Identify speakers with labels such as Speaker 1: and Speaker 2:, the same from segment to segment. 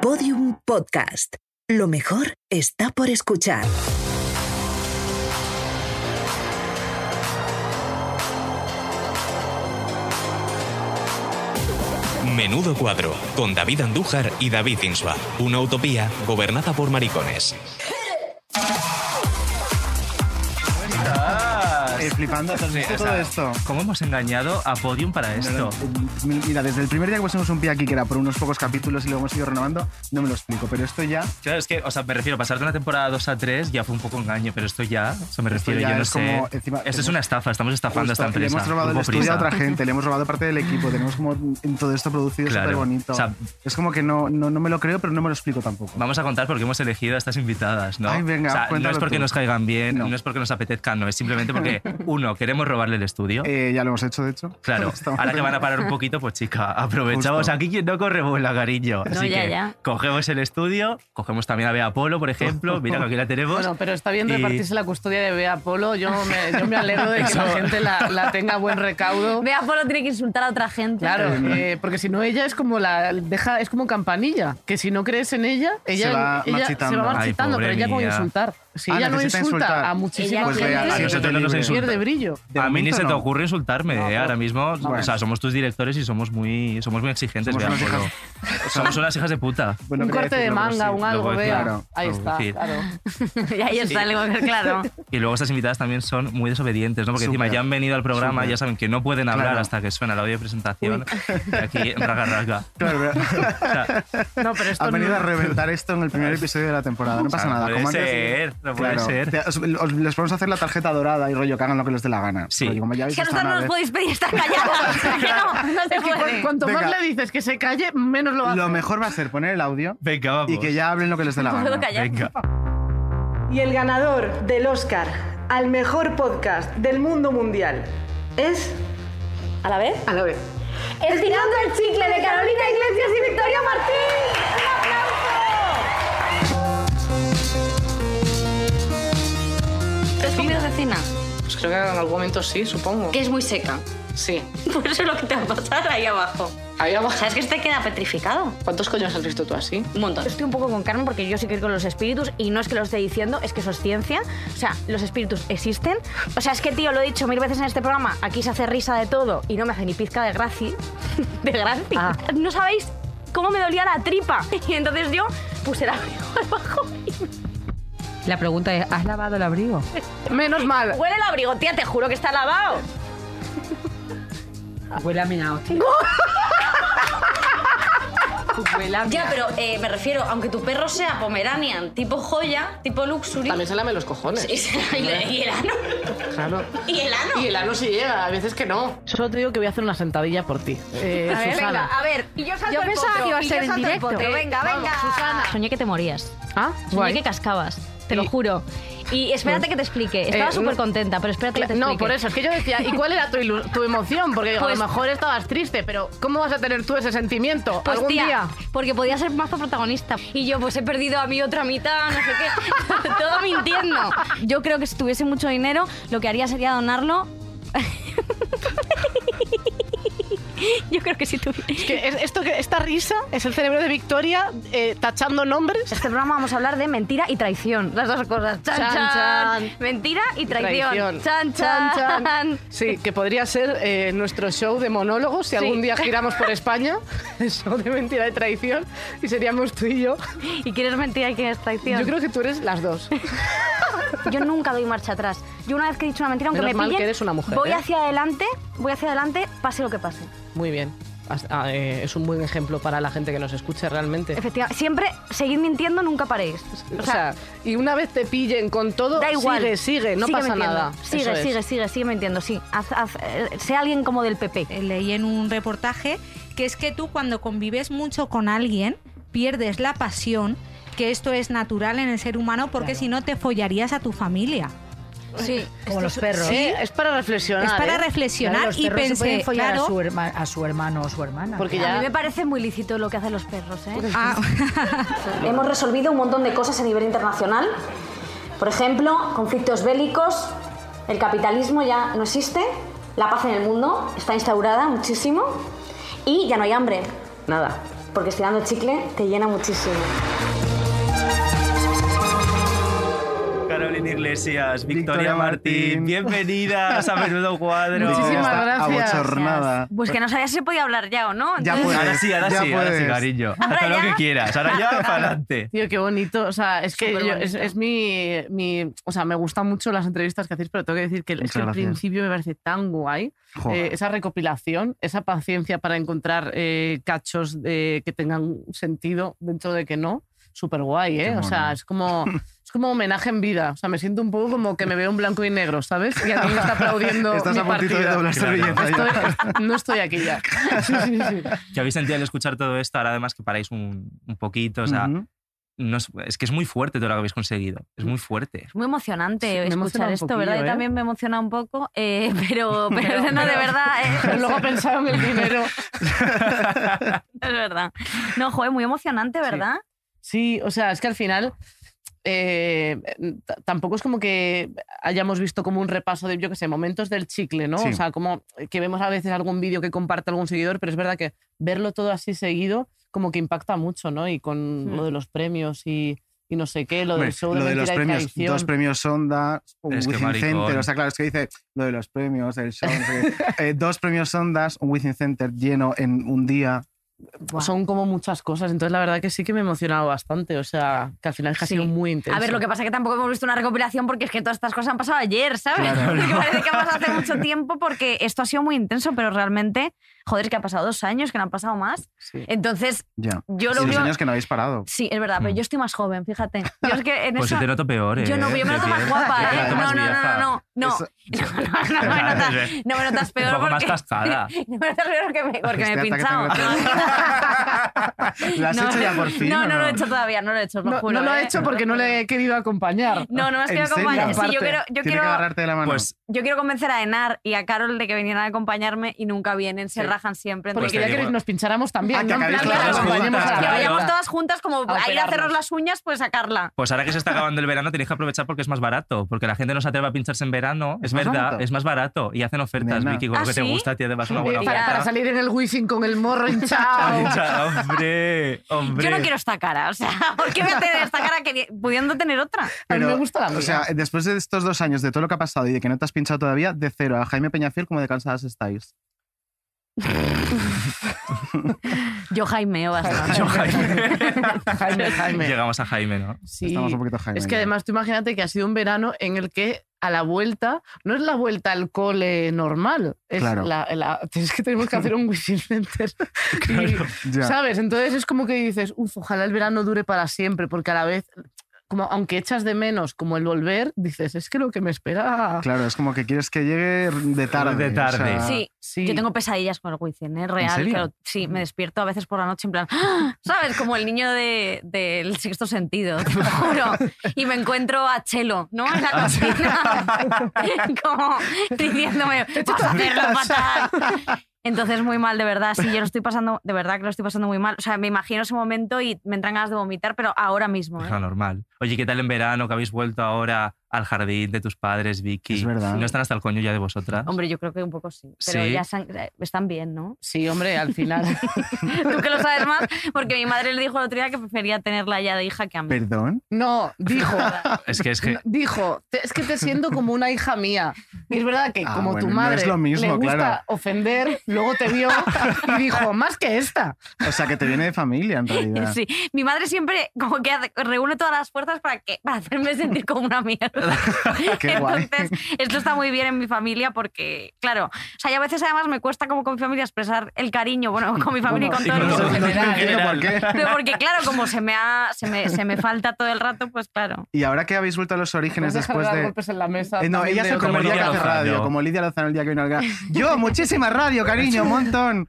Speaker 1: Podium Podcast. Lo mejor está por escuchar.
Speaker 2: Menudo cuadro, con David Andújar y David Insua. Una utopía gobernada por maricones.
Speaker 3: Eh, flipando ¿te has
Speaker 4: Sí,
Speaker 3: visto
Speaker 4: o
Speaker 3: todo
Speaker 4: sea,
Speaker 3: esto.
Speaker 4: ¿Cómo hemos engañado a Podium para esto?
Speaker 3: Eh, Mira, desde el primer día que pusimos un pie aquí, que era por unos pocos capítulos y lo hemos ido renovando, no me lo explico, pero esto ya,
Speaker 4: Claro, es que, o sea, me refiero, pasar de una temporada 2 a 3 ya fue un poco engaño, pero esto ya, o sea, me
Speaker 3: Esto
Speaker 4: refiero,
Speaker 3: ya
Speaker 4: yo no
Speaker 3: es
Speaker 4: sé.
Speaker 3: como,
Speaker 4: esto
Speaker 3: encima,
Speaker 4: es
Speaker 3: tenemos-
Speaker 4: una estafa, estamos estafando
Speaker 3: justo,
Speaker 4: a esta
Speaker 3: le
Speaker 4: empresa.
Speaker 3: hemos robado el
Speaker 4: Grupo
Speaker 3: estudio a
Speaker 4: Prisa.
Speaker 3: otra gente, le hemos robado parte del equipo, tenemos como en todo esto producido
Speaker 4: Claro,
Speaker 3: súper bonito.
Speaker 4: o sea-
Speaker 3: es como que no, no, no me lo creo, pero no me lo explico tampoco.
Speaker 4: Vamos a contar por qué hemos elegido a estas invitadas, ¿no?
Speaker 3: Ay, venga,
Speaker 4: O sea, no es
Speaker 3: cuéntalo
Speaker 4: porque
Speaker 3: tú.
Speaker 4: nos caigan bien,
Speaker 3: No.
Speaker 4: no. es porque nos apetezcan, no, es simplemente porque, uno, queremos robarle el estudio.
Speaker 3: Eh, ya lo hemos hecho, de hecho.
Speaker 4: Claro,
Speaker 3: Estamos
Speaker 4: ahora que van a
Speaker 3: haciendo-
Speaker 4: parar un poquito, pues chica, aprovechamos.
Speaker 3: Justo.
Speaker 4: Aquí quien no corre vuela, cariño. Así
Speaker 5: ya,
Speaker 4: que
Speaker 5: ya.
Speaker 4: cogemos el estudio, cogemos también a Bea Polo, por ejemplo. Mira que aquí la tenemos.
Speaker 6: Bueno, pero está bien
Speaker 4: Y-
Speaker 6: repartirse la custodia de Bea Polo. Yo me, yo me alegro de que la gente la, la tenga a buen recaudo.
Speaker 5: Vea, Polo tiene que insultar a otra gente.
Speaker 6: Claro, eh, porque si no ella es como la deja es como campanilla, que si no crees en ella, ella
Speaker 3: Se va
Speaker 6: ella se
Speaker 3: marchitando.
Speaker 6: va
Speaker 3: Ay,
Speaker 6: marchitando,
Speaker 4: pobre
Speaker 6: pero ella como
Speaker 4: mía.
Speaker 6: insultar. Si
Speaker 3: Ah,
Speaker 6: ella no
Speaker 3: necesita
Speaker 6: insulta
Speaker 3: insultar.
Speaker 6: a
Speaker 5: Ella
Speaker 6: muchísima
Speaker 3: Pues
Speaker 6: gente,
Speaker 3: vea,
Speaker 5: quiere-
Speaker 3: a
Speaker 5: Sí,
Speaker 4: nosotros
Speaker 3: nosotros
Speaker 4: no nos insulta.
Speaker 6: pierde brillo.
Speaker 3: De
Speaker 4: a mí ni
Speaker 3: momento
Speaker 4: se te
Speaker 3: no.
Speaker 4: ocurre insultarme, ¿eh? Ahora mismo, o sea, somos tus directores y somos muy, somos muy exigentes,
Speaker 3: Somos
Speaker 4: Bea
Speaker 3: unas
Speaker 4: Polo. Somos unas hijas de puta.
Speaker 3: Bueno,
Speaker 6: un
Speaker 3: quería
Speaker 6: corte de
Speaker 3: decirlo, pero
Speaker 6: manga,
Speaker 3: sí,
Speaker 6: un algo,
Speaker 4: voy a
Speaker 6: Bea.
Speaker 3: decir. Claro,
Speaker 6: Ahí
Speaker 4: lo voy a
Speaker 6: está,
Speaker 4: decir.
Speaker 6: claro.
Speaker 5: y ahí está, algo que- claro.
Speaker 4: Y luego estas invitadas también son muy desobedientes, ¿no? Porque encima
Speaker 3: Súper.
Speaker 4: ya han venido al programa,
Speaker 3: Súper.
Speaker 4: ya saben que no pueden hablar
Speaker 3: Claro.
Speaker 4: hasta que suena el audio de presentación. Y Aquí, raga, raga.
Speaker 3: Claro, pero-
Speaker 6: No, pero esto
Speaker 3: han venido
Speaker 6: no-
Speaker 3: a reventar esto en el primer episodio de la temporada, no pasa
Speaker 4: O sea,
Speaker 3: nada.
Speaker 4: no
Speaker 3: como
Speaker 4: Ah, puede ser,
Speaker 3: antes-
Speaker 4: no puede ser.
Speaker 3: Te- os- os- les podemos hacer la tarjeta dorada y rollo que hagan lo que les dé la gana.
Speaker 4: Sí.
Speaker 3: Rollo, como
Speaker 5: Es
Speaker 3: ya habéis
Speaker 5: que a nosotros
Speaker 3: estado
Speaker 5: no
Speaker 3: una
Speaker 5: nos podéis
Speaker 3: vez.
Speaker 5: pedir estar callados. es que no, no se
Speaker 6: ¿eh? Es que cu-
Speaker 5: puede.
Speaker 6: cuanto
Speaker 3: Venga.
Speaker 6: más le dices que se calle, menos lo hace.
Speaker 3: Lo mejor va a ser poner el audio
Speaker 4: Venga, vamos.
Speaker 3: y que ya hablen lo que les dé la
Speaker 5: ¿Puedo
Speaker 3: gana.
Speaker 5: callar?
Speaker 4: Venga.
Speaker 7: Y el ganador del Oscar al mejor podcast del mundo mundial es.
Speaker 5: ¿A la vez?
Speaker 7: A la vez.
Speaker 5: Estirando el chicle de Carolina Iglesias y Victoria Martín. ¿Te has comido de cena?
Speaker 6: Pues creo que en algún momento sí, supongo.
Speaker 5: Que es muy seca.
Speaker 6: Sí.
Speaker 5: Por eso es lo que te va a pasar ahí abajo.
Speaker 6: Ahí abajo.
Speaker 5: ¿Sabes que este queda petrificado?
Speaker 6: ¿Cuántos coños has visto tú así?
Speaker 5: Un montón. Estoy un poco con Carmen porque yo sí que ir con los espíritus y no es que lo esté diciendo, es que eso es ciencia. O sea, los espíritus existen. O sea, es que, tío, lo he dicho mil veces en este programa, aquí se hace risa de todo y no me hace ni pizca de gracia. De gracia. No sabéis cómo me dolía la tripa. Y entonces yo puse el abrigo abajo.
Speaker 8: La pregunta es, ¿has lavado el abrigo?
Speaker 6: Menos mal.
Speaker 5: Huele el abrigo, tía, te juro que está lavado.
Speaker 8: Huele a meao.
Speaker 5: Ya, pero eh, me refiero, aunque tu perro sea pomeranian, tipo joya, tipo luxury.
Speaker 6: También se lame los cojones.
Speaker 5: y, y el ano.
Speaker 6: Claro.
Speaker 5: Y el ano.
Speaker 6: Y el ano sí llega, a veces que no. Solo te digo que voy a hacer una sentadilla por ti. Eh, Susana.
Speaker 5: a ver. Y yo salto
Speaker 9: Yo pensaba que iba a ser en directo.
Speaker 5: venga, venga. Susana. Soñé que te morías.
Speaker 6: Ah,
Speaker 5: Soñé que cascabas. Te lo
Speaker 6: Y- Pues, eh,
Speaker 5: juro. Y espérate que te explique. Estaba
Speaker 6: no.
Speaker 5: súper contenta, pero espérate que te explique.
Speaker 6: No, por eso, es que yo decía, ¿y cuál era tu, ilu- tu emoción? Porque digo, a
Speaker 5: Pues-
Speaker 6: lo mejor estabas triste, pero ¿cómo vas a tener tú ese sentimiento
Speaker 5: Pues
Speaker 6: algún
Speaker 5: tía,
Speaker 6: día?
Speaker 5: porque podía ser mazo protagonista. Y yo, pues he perdido a mi otra mitad, no sé qué. Todo mintiendo. Yo creo que si tuviese mucho dinero, lo que haría sería donarlo. yo creo que si tuviese.
Speaker 6: Es que es- esto, que- esta risa es el cerebro de Victoria eh, tachando nombres.
Speaker 5: Este programa vamos a hablar de mentira y traición. Las dos cosas. Chan,
Speaker 6: Chan,
Speaker 5: chan.
Speaker 6: chan.
Speaker 5: Mentira y traición. Chan,
Speaker 6: Traición.
Speaker 5: chan.
Speaker 6: Chan, chan. Sí, que podría ser eh, nuestro show de monólogos si algún día giramos por España. El show de mentira y traición. Y seríamos tú y yo.
Speaker 5: ¿Y quién es mentira y quién es traición?
Speaker 6: Yo creo que tú eres las dos.
Speaker 5: Yo nunca doy marcha atrás. Yo una vez que he dicho una mentira, aunque
Speaker 6: Menos
Speaker 5: me
Speaker 6: mal
Speaker 5: pillen,
Speaker 6: que eres una mujer,
Speaker 5: voy
Speaker 6: ¿eh?
Speaker 5: hacia adelante, voy hacia adelante, pase lo que pase.
Speaker 6: Muy bien. Has- ah, eh, es un buen ejemplo para la gente que nos escucha realmente.
Speaker 5: Efectivamente, siempre seguid mintiendo, nunca paréis.
Speaker 6: O sea, y una vez te pillen con todo,
Speaker 5: da igual.
Speaker 6: sigue, sigue, no
Speaker 5: Sigue
Speaker 6: pasa
Speaker 5: mintiendo.
Speaker 6: nada. Eso
Speaker 5: Sigue,
Speaker 6: es.
Speaker 5: sigue, sigue, sigue mintiendo, sí. Haz- haz, eh, sé alguien como del PP.
Speaker 9: Eh, Leí en un reportaje que es que tú cuando convives mucho con alguien pierdes la pasión, que esto es natural en el ser humano porque si no te follarías a tu familia.
Speaker 5: Sí.
Speaker 10: Como los perros.
Speaker 6: Sí, es para reflexionar.
Speaker 9: es para
Speaker 6: ¿eh?
Speaker 10: Claro,
Speaker 9: reflexionar
Speaker 10: los
Speaker 9: y
Speaker 10: perros se
Speaker 9: pensé,
Speaker 10: pueden follar
Speaker 9: claro,
Speaker 10: a, su herma- a su hermano o su hermana.
Speaker 6: Porque
Speaker 5: A mí
Speaker 6: ya.
Speaker 5: me parece muy lícito lo que hacen los perros, ¿eh?
Speaker 9: ah,
Speaker 5: Hemos resolvido un montón de cosas a nivel internacional. Por ejemplo, conflictos bélicos, el capitalismo ya no existe, la paz en el mundo está instaurada muchísimo y ya no hay hambre.
Speaker 6: Nada.
Speaker 5: porque estirando el chicle te llena muchísimo.
Speaker 4: Carolina Iglesias, Victoria,
Speaker 3: Victoria
Speaker 4: Martín,
Speaker 3: Martín.
Speaker 4: bienvenidas a Menudo Cuadro.
Speaker 6: Muchísimas
Speaker 3: Está
Speaker 6: gracias.
Speaker 3: abochornada.
Speaker 5: Pues que no sabía si se podía hablar ya o no.
Speaker 3: Ya
Speaker 5: entonces-
Speaker 3: puedes,
Speaker 4: Ahora sí, ahora
Speaker 3: ya
Speaker 4: sí, ahora sí,
Speaker 3: puedes.
Speaker 4: cariño.
Speaker 5: Ahora
Speaker 4: Haz lo
Speaker 5: ya.
Speaker 4: que quieras. Ahora ya, para adelante.
Speaker 6: Tío, qué bonito. O sea, es que yo- es,
Speaker 5: Superbonito.
Speaker 6: es mi, mi- O sea, me gustan mucho las entrevistas que hacéis, pero tengo que decir que, el- es
Speaker 3: Muchas
Speaker 6: que el
Speaker 3: gracias.
Speaker 6: principio me parece tan guay.
Speaker 3: Joder.
Speaker 6: Eh, esa recopilación, esa paciencia para encontrar eh, cachos de- que tengan sentido dentro de que no. Súper guay, ¿eh?
Speaker 3: Qué
Speaker 6: O sea,
Speaker 3: mono.
Speaker 6: es como, es como homenaje en vida. O sea, me siento un poco como que me veo en blanco y negro, ¿sabes? Y alguien me está aplaudiendo
Speaker 3: Estás
Speaker 6: mi
Speaker 3: a puntito de
Speaker 6: partida.
Speaker 3: doblar
Speaker 4: Claro.
Speaker 3: servilleta ya.
Speaker 6: Estoy- no estoy aquí ya. Sí, sí, sí.
Speaker 4: Que habéis sentido al escuchar todo esto, ahora además que paráis un, un poquito, o sea,
Speaker 3: Ujú.
Speaker 4: no es, es que es muy fuerte todo lo que habéis conseguido. Es muy fuerte.
Speaker 5: Es muy emocionante
Speaker 6: Sí, me emociona
Speaker 5: escuchar
Speaker 6: un
Speaker 5: esto,
Speaker 6: poquillo,
Speaker 5: ¿verdad? Yo
Speaker 6: ¿eh?
Speaker 5: también me emociona un poco, eh, pero, pero,
Speaker 6: Pero-
Speaker 5: no, de
Speaker 6: pero-
Speaker 5: verdad, eh,
Speaker 6: Pero luego pensaron en el dinero.
Speaker 5: es verdad. No, joder, muy emocionante, ¿verdad?
Speaker 6: Sí, o sea, es que al final eh, t- tampoco es como que hayamos visto como un repaso de, yo qué sé, momentos del chicle, ¿no?
Speaker 3: Sí.
Speaker 6: O sea, como que vemos a veces algún vídeo que comparte algún seguidor, pero es verdad que verlo todo así seguido como que impacta mucho, ¿no? Y con
Speaker 5: Sí.
Speaker 6: lo de los premios y, y no sé qué, lo
Speaker 3: Hombre,
Speaker 6: del show de,
Speaker 3: lo de los
Speaker 6: mentira y
Speaker 3: premios,
Speaker 6: traición.
Speaker 3: dos premios Sonda, un
Speaker 4: Es que
Speaker 3: Wizzing
Speaker 4: maricón.
Speaker 3: Center, o sea, claro, es que dice lo de los premios, el show, no sé qué. Eh, dos premios Sondas, un Wizzing Center lleno en un día.
Speaker 5: Buah.
Speaker 6: Son como muchas cosas, entonces la verdad que sí que me he emocionado bastante, o sea, que al final es que
Speaker 5: Sí.
Speaker 6: ha sido muy intenso.
Speaker 5: A ver, lo que pasa es que tampoco hemos visto una recopilación porque es que todas estas cosas han pasado ayer, ¿sabes?
Speaker 3: Claro.
Speaker 5: Porque parece que ha pasado hace mucho tiempo porque esto ha sido muy intenso, pero realmente, joder, que ha pasado dos años, que no han pasado más.
Speaker 6: Sí.
Speaker 5: Entonces,
Speaker 3: Ya.
Speaker 5: yo lo
Speaker 3: Y los
Speaker 5: único...
Speaker 3: años que no habéis parado.
Speaker 5: Sí, es verdad, pero
Speaker 4: Mm.
Speaker 5: yo estoy más joven, fíjate. Yo es que en
Speaker 4: Pues yo
Speaker 5: eso...
Speaker 4: te noto peor, ¿eh?
Speaker 5: Yo no, yo me noto más
Speaker 4: Te
Speaker 5: guapa, ¿eh?
Speaker 4: noto
Speaker 5: No,
Speaker 4: más
Speaker 5: no, no,
Speaker 4: vieja.
Speaker 5: no, no. No,
Speaker 3: Eso-
Speaker 5: no, no, me notas, no me notas peor
Speaker 4: Un poco más
Speaker 5: porque...
Speaker 4: cascada.
Speaker 5: No me notas peor porque me, porque me he
Speaker 3: Este
Speaker 5: pinchado.
Speaker 3: ataque tengo- ¿La has
Speaker 5: No,
Speaker 3: hecho ya por fin?
Speaker 5: No,
Speaker 3: o
Speaker 5: no lo he hecho todavía, no lo he hecho, os lo
Speaker 6: No,
Speaker 5: juro.
Speaker 6: no lo
Speaker 5: ¿eh?
Speaker 6: he hecho porque no le he querido acompañar.
Speaker 5: No, no me has
Speaker 3: ¿En
Speaker 5: querido
Speaker 3: serio?
Speaker 5: acompañar. Sí, yo
Speaker 6: Aparte,
Speaker 5: quiero, yo
Speaker 3: Tiene que
Speaker 5: quiero,
Speaker 3: agarrarte de la mano.
Speaker 4: Pues
Speaker 5: yo quiero convencer a Enar y a Carol de que vinieran a acompañarme y nunca vienen, se
Speaker 6: Sí.
Speaker 5: rajan siempre.
Speaker 6: Porque
Speaker 4: Pues te
Speaker 5: entonces-
Speaker 6: quería que
Speaker 4: digo-
Speaker 6: nos pincháramos
Speaker 3: Ah,
Speaker 6: también.
Speaker 3: que
Speaker 6: ¿no? En
Speaker 3: acabéis
Speaker 6: plan,
Speaker 4: todas
Speaker 6: que nos
Speaker 4: juntas,
Speaker 6: acompañemos a la
Speaker 5: que
Speaker 4: claro.
Speaker 6: boda.
Speaker 5: vayamos todas juntas como
Speaker 6: A
Speaker 5: a ir a hacernos
Speaker 6: operarnos.
Speaker 5: las uñas, pues sacarla.
Speaker 4: Pues ahora que se está acabando el verano tenéis que aprovechar porque es más barato, porque la gente no se atreve a pincharse en verano, es,
Speaker 3: ¿Es más
Speaker 4: verdad,
Speaker 3: barato?
Speaker 4: es más barato y hacen ofertas,
Speaker 3: Nena.
Speaker 4: Vicky, con lo
Speaker 5: ¿Ah,
Speaker 4: que te
Speaker 5: sí?
Speaker 4: gusta, tío, además una buena
Speaker 6: Sí,
Speaker 5: Oye,
Speaker 6: para,
Speaker 5: ya.
Speaker 6: para
Speaker 4: oferta.
Speaker 6: salir en el wishing con el morro hinchado.
Speaker 4: Pincha, hombre, hombre.
Speaker 5: Yo no quiero esta cara, o sea, ¿por qué voy a tener esta cara que, pudiendo tener otra?
Speaker 6: A mí me gusta la mía.
Speaker 3: O sea, después de estos dos años, de todo lo que ha pasado y de que no te has pinchado todavía, de cero a Jaime Peñafiel, como de cansadas estáis.
Speaker 5: Yo jaimeo bastante.
Speaker 4: Yo, Jaime.
Speaker 6: Jaime, Jaime.
Speaker 4: Llegamos a Jaime, ¿no?
Speaker 6: Sí.
Speaker 3: Estamos un poquito Jaime.
Speaker 6: Es que
Speaker 3: ya.
Speaker 6: además tú imagínate que ha sido un verano en el que a la vuelta, no es la vuelta al cole normal, es
Speaker 3: Claro.
Speaker 6: la, la- es que tenemos que hacer un wishing center. Y-
Speaker 3: Ya.
Speaker 6: ¿Sabes? Entonces es como que dices, uff, ojalá el verano dure para siempre, porque a la vez, como aunque echas de menos como el volver, dices, es que lo que me espera.
Speaker 3: Claro, es como que quieres que llegue de tarde.
Speaker 4: De
Speaker 3: o
Speaker 4: tarde.
Speaker 3: sea,
Speaker 5: Sí,
Speaker 6: Sí.
Speaker 5: Yo tengo pesadillas con el Wizzing, es real.
Speaker 4: serio?
Speaker 5: pero sí, me despierto a veces por la noche en plan, ¡Ah! ¿sabes? Como el niño de- del sexto sentido, te lo juro. Y me encuentro a Chelo, ¿no? En la cocina. Como diciéndome, vas a hacerlo fatal. Entonces, muy mal, de verdad. Sí, yo lo estoy pasando, de verdad que lo estoy pasando muy mal. O sea, me imagino ese momento y me entran ganas de vomitar, pero ahora mismo. ¿eh?
Speaker 4: Deja normal. Oye, ¿qué tal en verano que habéis vuelto ahora al jardín de tus padres, Vicky?
Speaker 3: Es verdad.
Speaker 4: ¿No están hasta el coño ya de vosotras?
Speaker 5: Hombre, yo creo que un poco sí. Pero
Speaker 4: Sí.
Speaker 5: ya están, están bien, ¿no?
Speaker 6: Sí, hombre, al final.
Speaker 5: Tú que lo sabes más, porque mi madre le dijo el otro día que prefería tenerla ya de hija que a mí.
Speaker 3: Perdón.
Speaker 6: No, dijo.
Speaker 4: Es que es que...
Speaker 6: no, dijo, "Te- es que te siento como una hija mía. Y es verdad que
Speaker 3: Ah,
Speaker 6: como
Speaker 3: bueno,
Speaker 6: tu
Speaker 3: no
Speaker 6: madre
Speaker 3: es lo mismo,
Speaker 6: le gusta
Speaker 3: claro.
Speaker 6: ofender, luego te vio y dijo, más que esta.
Speaker 3: O sea, que te viene de familia, en realidad.
Speaker 5: Sí, mi madre siempre como que hace- reúne todas las fuerzas para que para hacerme sentir como una mierda.
Speaker 3: Qué guay.
Speaker 5: Entonces, esto está muy bien en mi familia porque, claro, o sea, y a veces además me cuesta como con mi familia expresar el cariño, bueno, con mi familia
Speaker 3: Bueno,
Speaker 5: y con todo
Speaker 3: no,
Speaker 5: el
Speaker 3: no,
Speaker 5: mundo.
Speaker 3: no
Speaker 4: general.
Speaker 3: entiendo por qué.
Speaker 5: Pero porque, claro, como se me, ha, se, me, se me falta todo el rato, pues claro.
Speaker 3: Y ahora que habéis vuelto a los orígenes
Speaker 6: Puedes
Speaker 5: Pues
Speaker 6: dejar
Speaker 3: después
Speaker 6: de dar
Speaker 3: de...
Speaker 6: golpes en la mesa.
Speaker 3: Eh, no,
Speaker 6: también
Speaker 3: ella
Speaker 6: de
Speaker 3: se
Speaker 6: otro
Speaker 3: como el día que
Speaker 6: modo.
Speaker 3: hace
Speaker 4: Lozano.
Speaker 3: radio, como Lidia Lozano el día que vino al gra- Yo, muchísima radio, cariño, un montón.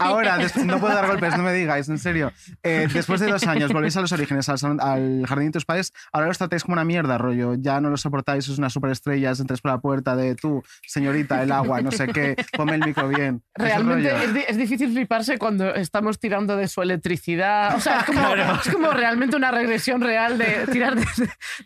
Speaker 3: Ahora, des- no puedo dar golpes, no me digáis, en serio. Eh, después de dos años, volvéis a los orígenes, al, salón- al jardín de tus padres, ahora los tratáis como una mierda, rollo. Ya no los soportáis, sois unas superestrellas, entráis por la puerta de tú, señorita, el agua, no sé qué, ponme el micro bien. Ese
Speaker 6: Realmente
Speaker 3: rollo.
Speaker 6: es, di- es difícil fliparse cuando estamos tirando de su electricidad. O sea, es como, es como realmente una regresión real de tirar de,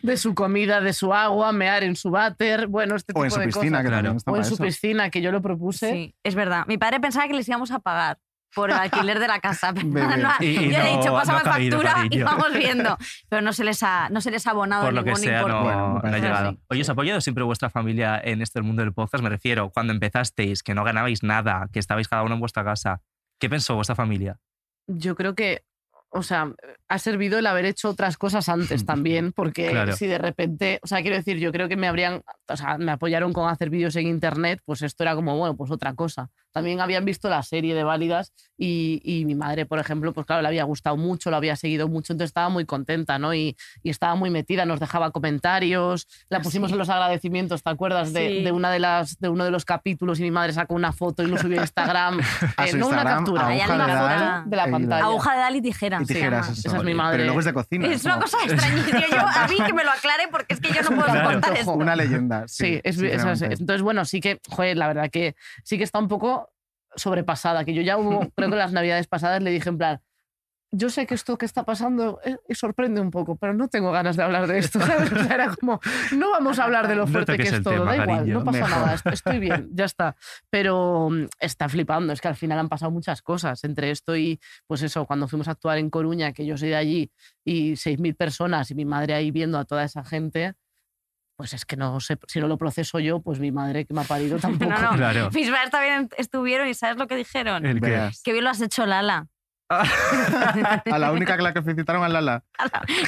Speaker 6: de su comida, de su agua, mear en su váter, bueno, este
Speaker 3: O en
Speaker 6: tipo
Speaker 3: su
Speaker 6: de
Speaker 3: piscina,
Speaker 6: cosas.
Speaker 3: que
Speaker 4: Claro.
Speaker 3: también está
Speaker 6: O en
Speaker 3: para
Speaker 6: su
Speaker 3: eso.
Speaker 6: piscina, que yo lo propuse.
Speaker 5: Sí, es verdad. Mi padre pensaba que les íbamos a pagar. por el alquiler de la casa. pero
Speaker 4: Bebé.
Speaker 5: no ha-
Speaker 4: Y- y
Speaker 5: yo le he
Speaker 4: no-
Speaker 5: dicho,
Speaker 4: no ha
Speaker 5: pásame
Speaker 4: cabido,
Speaker 5: factura y
Speaker 4: cariño".
Speaker 5: vamos viendo. Pero no se les ha, no se les ha abonado
Speaker 4: por lo que
Speaker 5: ningún
Speaker 4: sea,
Speaker 5: importe.
Speaker 4: no, no ha
Speaker 5: Pero
Speaker 4: llegado.
Speaker 5: sí.
Speaker 4: Oye, ¿os ha apoyado siempre vuestra familia en este mundo del podcast? Me refiero, cuando empezasteis, que no ganabais nada, que estabais cada uno en vuestra casa. ¿Qué pensó vuestra familia?
Speaker 6: yo creo que, o sea, ha servido el haber hecho otras cosas antes también, porque
Speaker 4: Claro.
Speaker 6: si de repente, o sea, quiero decir, yo creo que me habrían, o sea, me apoyaron con hacer vídeos en internet, pues esto era como, bueno, pues otra cosa. También habían visto la serie de Válidas y, y mi madre, por ejemplo, pues claro, le había gustado mucho, lo había seguido mucho, entonces estaba muy contenta, ¿no? Y, y estaba muy metida, nos dejaba comentarios, la pusimos en los agradecimientos, ¿te acuerdas? De,
Speaker 5: Sí.
Speaker 6: de una de, las, de uno de los capítulos y mi madre sacó una foto y lo subió a Instagram.
Speaker 3: A
Speaker 6: Eh,
Speaker 3: su
Speaker 6: no una
Speaker 3: Instagram,
Speaker 6: captura,
Speaker 3: aguja
Speaker 6: una
Speaker 3: de
Speaker 6: foto
Speaker 3: Dal
Speaker 6: de la
Speaker 3: y-
Speaker 6: pantalla.
Speaker 5: Aguja de Dal y tijeras.
Speaker 3: Y
Speaker 5: se
Speaker 3: tijeras,
Speaker 5: llama.
Speaker 3: eso.
Speaker 6: Esa es mi madre.
Speaker 3: Pero luego es de cocina.
Speaker 5: Es una
Speaker 3: como-
Speaker 5: cosa extrañísima. Yo, a mí que me lo aclare porque es que yo no puedo
Speaker 3: Claro.
Speaker 5: contar esto.
Speaker 3: Una leyenda.
Speaker 6: Sí,
Speaker 3: Sí,
Speaker 6: es, es-
Speaker 3: sinceramente.
Speaker 6: entonces, bueno, sí que, joder, la verdad que sí que está un poco sobrepasada, que yo ya hubo, creo que las navidades pasadas le dije en plan, yo sé que esto que está pasando eh, sorprende un poco, pero no tengo ganas de hablar de esto, ¿sabes? O sea, Era como, no vamos a hablar de lo
Speaker 4: No
Speaker 6: fuerte que
Speaker 4: toques
Speaker 6: es
Speaker 4: el
Speaker 6: todo,
Speaker 4: tema,
Speaker 6: da igual,
Speaker 4: cariño.
Speaker 6: no pasa
Speaker 4: Mejor.
Speaker 6: nada, est- estoy bien, ya está. Pero mm, está flipando, es que al final han pasado muchas cosas entre esto y, pues eso, cuando fuimos a actuar en Coruña, que yo soy de allí, y 6.000 personas y mi madre ahí viendo a toda esa gente, pues es que no sé, si no lo proceso yo, pues mi madre que me ha parido tampoco.
Speaker 5: No, no. Fisbar también estuvieron y ¿sabes lo que dijeron?
Speaker 3: ¿El qué?
Speaker 5: Que bien lo has hecho, Lala.
Speaker 3: A la única que la que felicitaron a Lala.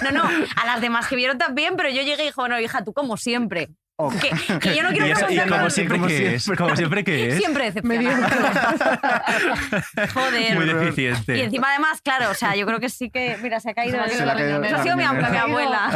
Speaker 5: No, no, a las demás que vieron también, pero yo llegué y dije, bueno, hija, tú como siempre.
Speaker 3: Oh.
Speaker 5: Que, que yo no quiero
Speaker 4: y, eso- y
Speaker 5: preguntar
Speaker 4: como
Speaker 5: nada.
Speaker 4: siempre
Speaker 3: Como
Speaker 4: que es,
Speaker 3: siempre.
Speaker 4: como siempre que es.
Speaker 5: Siempre decepcionante. Joder.
Speaker 4: Muy
Speaker 5: Y
Speaker 4: deficiente.
Speaker 5: encima, además, claro, o sea, yo creo que sí que. Mira, se ha caído.
Speaker 3: Se le ha caído
Speaker 5: Eso ha
Speaker 3: la
Speaker 5: sido mi,
Speaker 3: riñonera.
Speaker 5: mi abuela.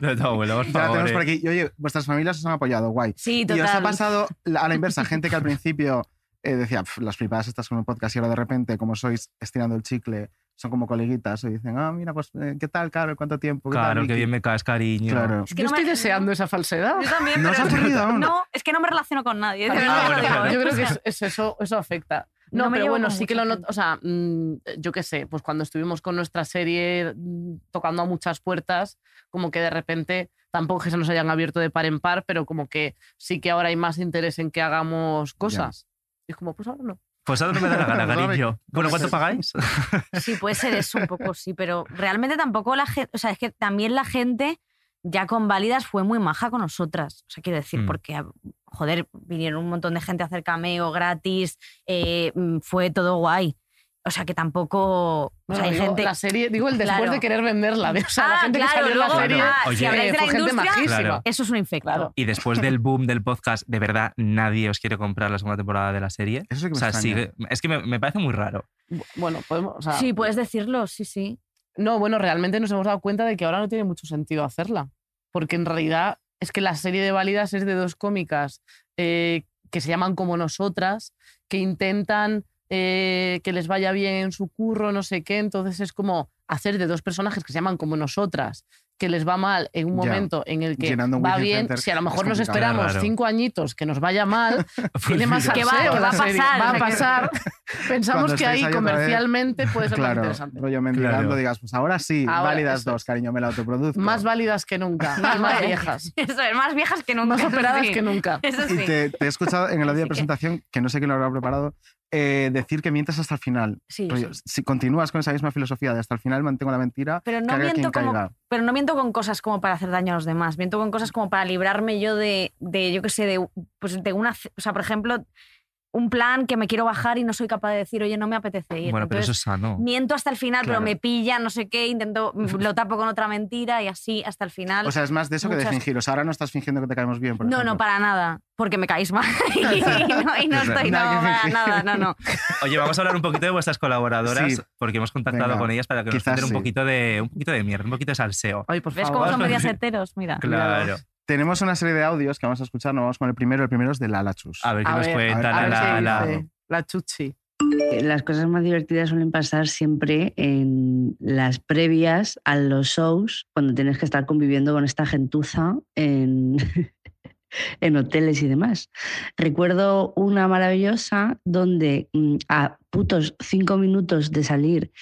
Speaker 4: No, no, abuelo, por
Speaker 3: Ya la
Speaker 4: favor,
Speaker 3: tenemos por
Speaker 4: eh.
Speaker 3: aquí. Y oye, vuestras familias os han apoyado, guay.
Speaker 5: Sí,
Speaker 3: Y os ha
Speaker 5: total.
Speaker 3: pasado la- a la inversa, gente que al principio eh, decía, "Pf, las flipadas estas con el podcast y ahora de repente, como sois estirando el chicle, son como coleguitas y dicen, ah, mira, pues, eh, ¿qué tal, Caro? ¿Cuánto tiempo? ¿Qué tal,
Speaker 4: Claro, que
Speaker 3: Vicky?".
Speaker 4: bien me caes, cariño.
Speaker 3: Claro.
Speaker 5: Es que
Speaker 6: yo
Speaker 5: no me-
Speaker 6: estoy deseando esa falsedad.
Speaker 5: Yo también,
Speaker 3: ¿No os
Speaker 5: pero.
Speaker 3: ha ocurrido aún?
Speaker 5: no, es que no me relaciono con nadie. de verdad
Speaker 4: Ah,
Speaker 5: te lo
Speaker 4: bueno,
Speaker 5: digo,
Speaker 4: claro.
Speaker 5: ¿eh?
Speaker 6: Yo creo que
Speaker 5: O sea,
Speaker 6: es- es- eso, eso afecta. No,
Speaker 5: No me
Speaker 6: pero
Speaker 5: llevo
Speaker 6: bueno,
Speaker 5: con
Speaker 6: sí que lo
Speaker 5: mucha
Speaker 6: noto. O sea, mm, yo qué sé, pues cuando estuvimos con nuestra serie mm, tocando a muchas puertas, como que de repente tampoco que se nos hayan abierto de par en par, pero como que sí que ahora hay más interés en que hagamos cosas. Y es como, pues ahora no.
Speaker 4: Pues ahora no me da la gana,
Speaker 3: Sabe.
Speaker 4: cariño. Bueno, ¿cuánto pagáis?
Speaker 5: Sí, puede ser eso un poco, sí, pero realmente tampoco la gente, o sea, es que también la gente ya con válidas fue muy maja con nosotras, o sea, quiero decir,
Speaker 4: Mm.
Speaker 5: porque, ah, joder, vinieron un montón de gente a hacer cameo gratis, eh, mm, fue todo guay, o sea, que tampoco, o sea,
Speaker 6: Bueno,
Speaker 5: hay
Speaker 6: digo,
Speaker 5: gente...
Speaker 6: La serie, digo, el después
Speaker 5: Claro.
Speaker 6: de querer venderla. O sea, la
Speaker 5: Ah,
Speaker 6: gente que
Speaker 5: claro,
Speaker 6: salió en
Speaker 5: luego-
Speaker 6: la serie. eh,
Speaker 5: ah,
Speaker 4: Oye.
Speaker 5: si habláis de la
Speaker 6: fue gente
Speaker 5: industria,
Speaker 6: majísima.
Speaker 4: Claro.
Speaker 5: eso es un infecto.
Speaker 6: Claro.
Speaker 4: Y después del boom del podcast, ¿de verdad nadie os quiere comprar la segunda temporada de la serie?
Speaker 3: Eso sí que me
Speaker 4: o sea,
Speaker 3: extraña.
Speaker 4: sigue- es que me, me parece muy raro.
Speaker 6: Bueno, podemos. o sea,
Speaker 5: Sí, puedes decirlo, sí, sí.
Speaker 6: No, bueno, realmente nos hemos dado cuenta de que ahora no tiene mucho sentido hacerla. Porque en realidad es que la serie de válidas es de dos cómicas eh, que se llaman como nosotras, que intentan eh, que les vaya bien en su curro, no sé qué. Entonces es como hacer de dos personajes que se llaman como nosotras, que les va mal en un
Speaker 3: Ya.
Speaker 6: momento en el que
Speaker 3: Llenando un
Speaker 6: va
Speaker 3: Wizzing
Speaker 6: bien.
Speaker 3: Center
Speaker 6: Si a lo
Speaker 3: es
Speaker 6: mejor nos
Speaker 3: complicado. Pues
Speaker 6: esperamos
Speaker 4: Raro.
Speaker 6: cinco añitos que nos vaya mal, tiene más
Speaker 5: Que va-
Speaker 6: salseo
Speaker 5: que va
Speaker 6: la
Speaker 5: a
Speaker 6: serie,
Speaker 5: pasar, o
Speaker 6: Va a
Speaker 5: sea, quiero
Speaker 6: pasar. Pensamos
Speaker 3: Cuando
Speaker 6: que
Speaker 3: estéis
Speaker 6: ahí
Speaker 3: ahí otra vez,
Speaker 6: comercialmente puede ser más
Speaker 3: Claro,
Speaker 6: interesante.
Speaker 3: rollo mentirando,
Speaker 4: Claro.
Speaker 3: digas, pues ahora sí,
Speaker 6: Ahora,
Speaker 3: válidas
Speaker 6: eso
Speaker 3: dos, cariño, me la autoproduzco.
Speaker 6: Más válidas que nunca, y más viejas,
Speaker 5: Eso es, más viejas que nunca.
Speaker 6: más
Speaker 5: eso
Speaker 6: operadas
Speaker 5: sí.
Speaker 6: que nunca.
Speaker 5: Eso
Speaker 3: y
Speaker 5: sí.
Speaker 3: te, te he escuchado en el audio
Speaker 5: Así
Speaker 3: de
Speaker 5: que-
Speaker 3: presentación, que no sé quién lo habrá preparado, eh, decir que mientes hasta el final.
Speaker 5: Sí,
Speaker 3: Rollo, Si continúas con esa misma filosofía de hasta el final mantengo la mentira,
Speaker 5: Pero no,
Speaker 3: caiga
Speaker 5: miento
Speaker 3: quien
Speaker 5: como,
Speaker 3: caiga.
Speaker 5: pero no miento con cosas como para hacer daño a los demás. Miento con cosas como para librarme yo de, de yo qué sé, de, pues de una... ce- O sea, por ejemplo, un plan que me quiero bajar y no soy capaz de decir, oye, no me apetece ir.
Speaker 4: Bueno, pero eso
Speaker 5: Entonces,
Speaker 4: es sano.
Speaker 5: Miento hasta el final,
Speaker 3: Claro.
Speaker 5: pero me pilla, no sé qué, intento, lo tapo con otra mentira y así hasta el final.
Speaker 3: O sea, es más de eso que de
Speaker 5: muchas-
Speaker 3: fingir. O sea, ahora no estás fingiendo que te caemos bien, por
Speaker 5: no, no,
Speaker 3: ejemplo. Pues
Speaker 5: para nada, porque me caéis mal y no, y no estoy, no,
Speaker 3: Nada que
Speaker 5: para
Speaker 3: fingir.
Speaker 5: nada, no, no.
Speaker 4: Oye, vamos a hablar un poquito de vuestras colaboradoras,
Speaker 3: Sí.
Speaker 4: porque hemos contactado
Speaker 3: Venga,
Speaker 4: con ellas para que nos
Speaker 3: quizás
Speaker 4: cuenten un
Speaker 3: sí.
Speaker 4: poquito de un poquito de mierda, un poquito de salseo.
Speaker 6: Ay, por
Speaker 5: ¿Ves
Speaker 6: favor.
Speaker 5: cómo son medias heteros? Mira.
Speaker 4: Claro.
Speaker 3: Tenemos una serie de audios que vamos a escuchar, nos vamos con el primero. El primero es de Lalachus.
Speaker 4: A ver qué
Speaker 6: A
Speaker 4: nos
Speaker 6: ver,
Speaker 4: cuentan.
Speaker 6: a ver
Speaker 4: la-
Speaker 6: qué
Speaker 4: la-
Speaker 6: dice la chuchi.
Speaker 1: Las cosas más divertidas suelen pasar siempre en las previas a los shows, cuando tienes que estar conviviendo con esta gentuza en, en hoteles y demás. Recuerdo una maravillosa donde mm, a putos cinco minutos de salir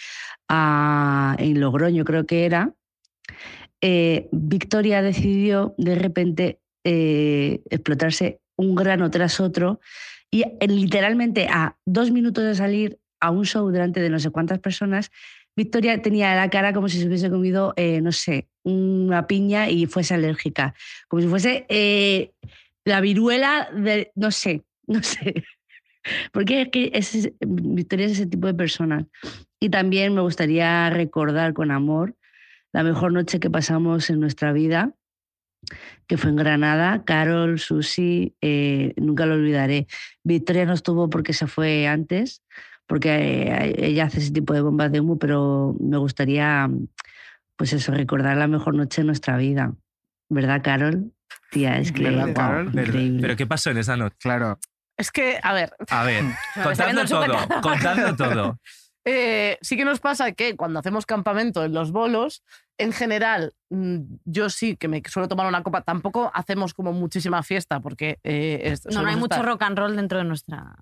Speaker 1: a- en Logroño, creo que era, eh, Victoria decidió de repente eh, explotarse un grano tras otro y eh, literalmente a dos minutos de salir a un show delante de no sé cuántas personas, Victoria tenía la cara como si se hubiese comido, eh, no sé, una piña y fuese alérgica. Como si fuese eh, la viruela de, no sé, no sé. Porque es que es- Victoria es ese tipo de personas. Y también me gustaría recordar con amor la mejor noche que pasamos en nuestra vida, que fue en Granada. Carol, Susi, eh, nunca lo olvidaré. Victoria no estuvo porque se fue antes, porque eh, ella hace ese tipo de bombas de humo, pero me gustaría, pues eso, recordar la mejor noche de nuestra vida. ¿Verdad, Carol? Tía, es que.
Speaker 3: ¿Verdad,
Speaker 1: guau,
Speaker 3: Carol?
Speaker 4: Pero, pero ¿qué pasó en esa noche?
Speaker 3: Claro.
Speaker 6: Es que, a ver,
Speaker 4: A ver,
Speaker 6: Me está viendo
Speaker 4: contadlo
Speaker 6: el
Speaker 4: todo,
Speaker 6: supermercado.
Speaker 4: contadlo todo.
Speaker 6: Eh, sí que nos pasa que cuando hacemos campamento en los bolos, en general, mm, yo sí que me suelo tomar una copa. Tampoco hacemos como muchísima fiesta porque... eh, es-
Speaker 5: No, no hay
Speaker 6: solemos
Speaker 5: mucho
Speaker 6: estar-
Speaker 5: rock and roll dentro de nuestra.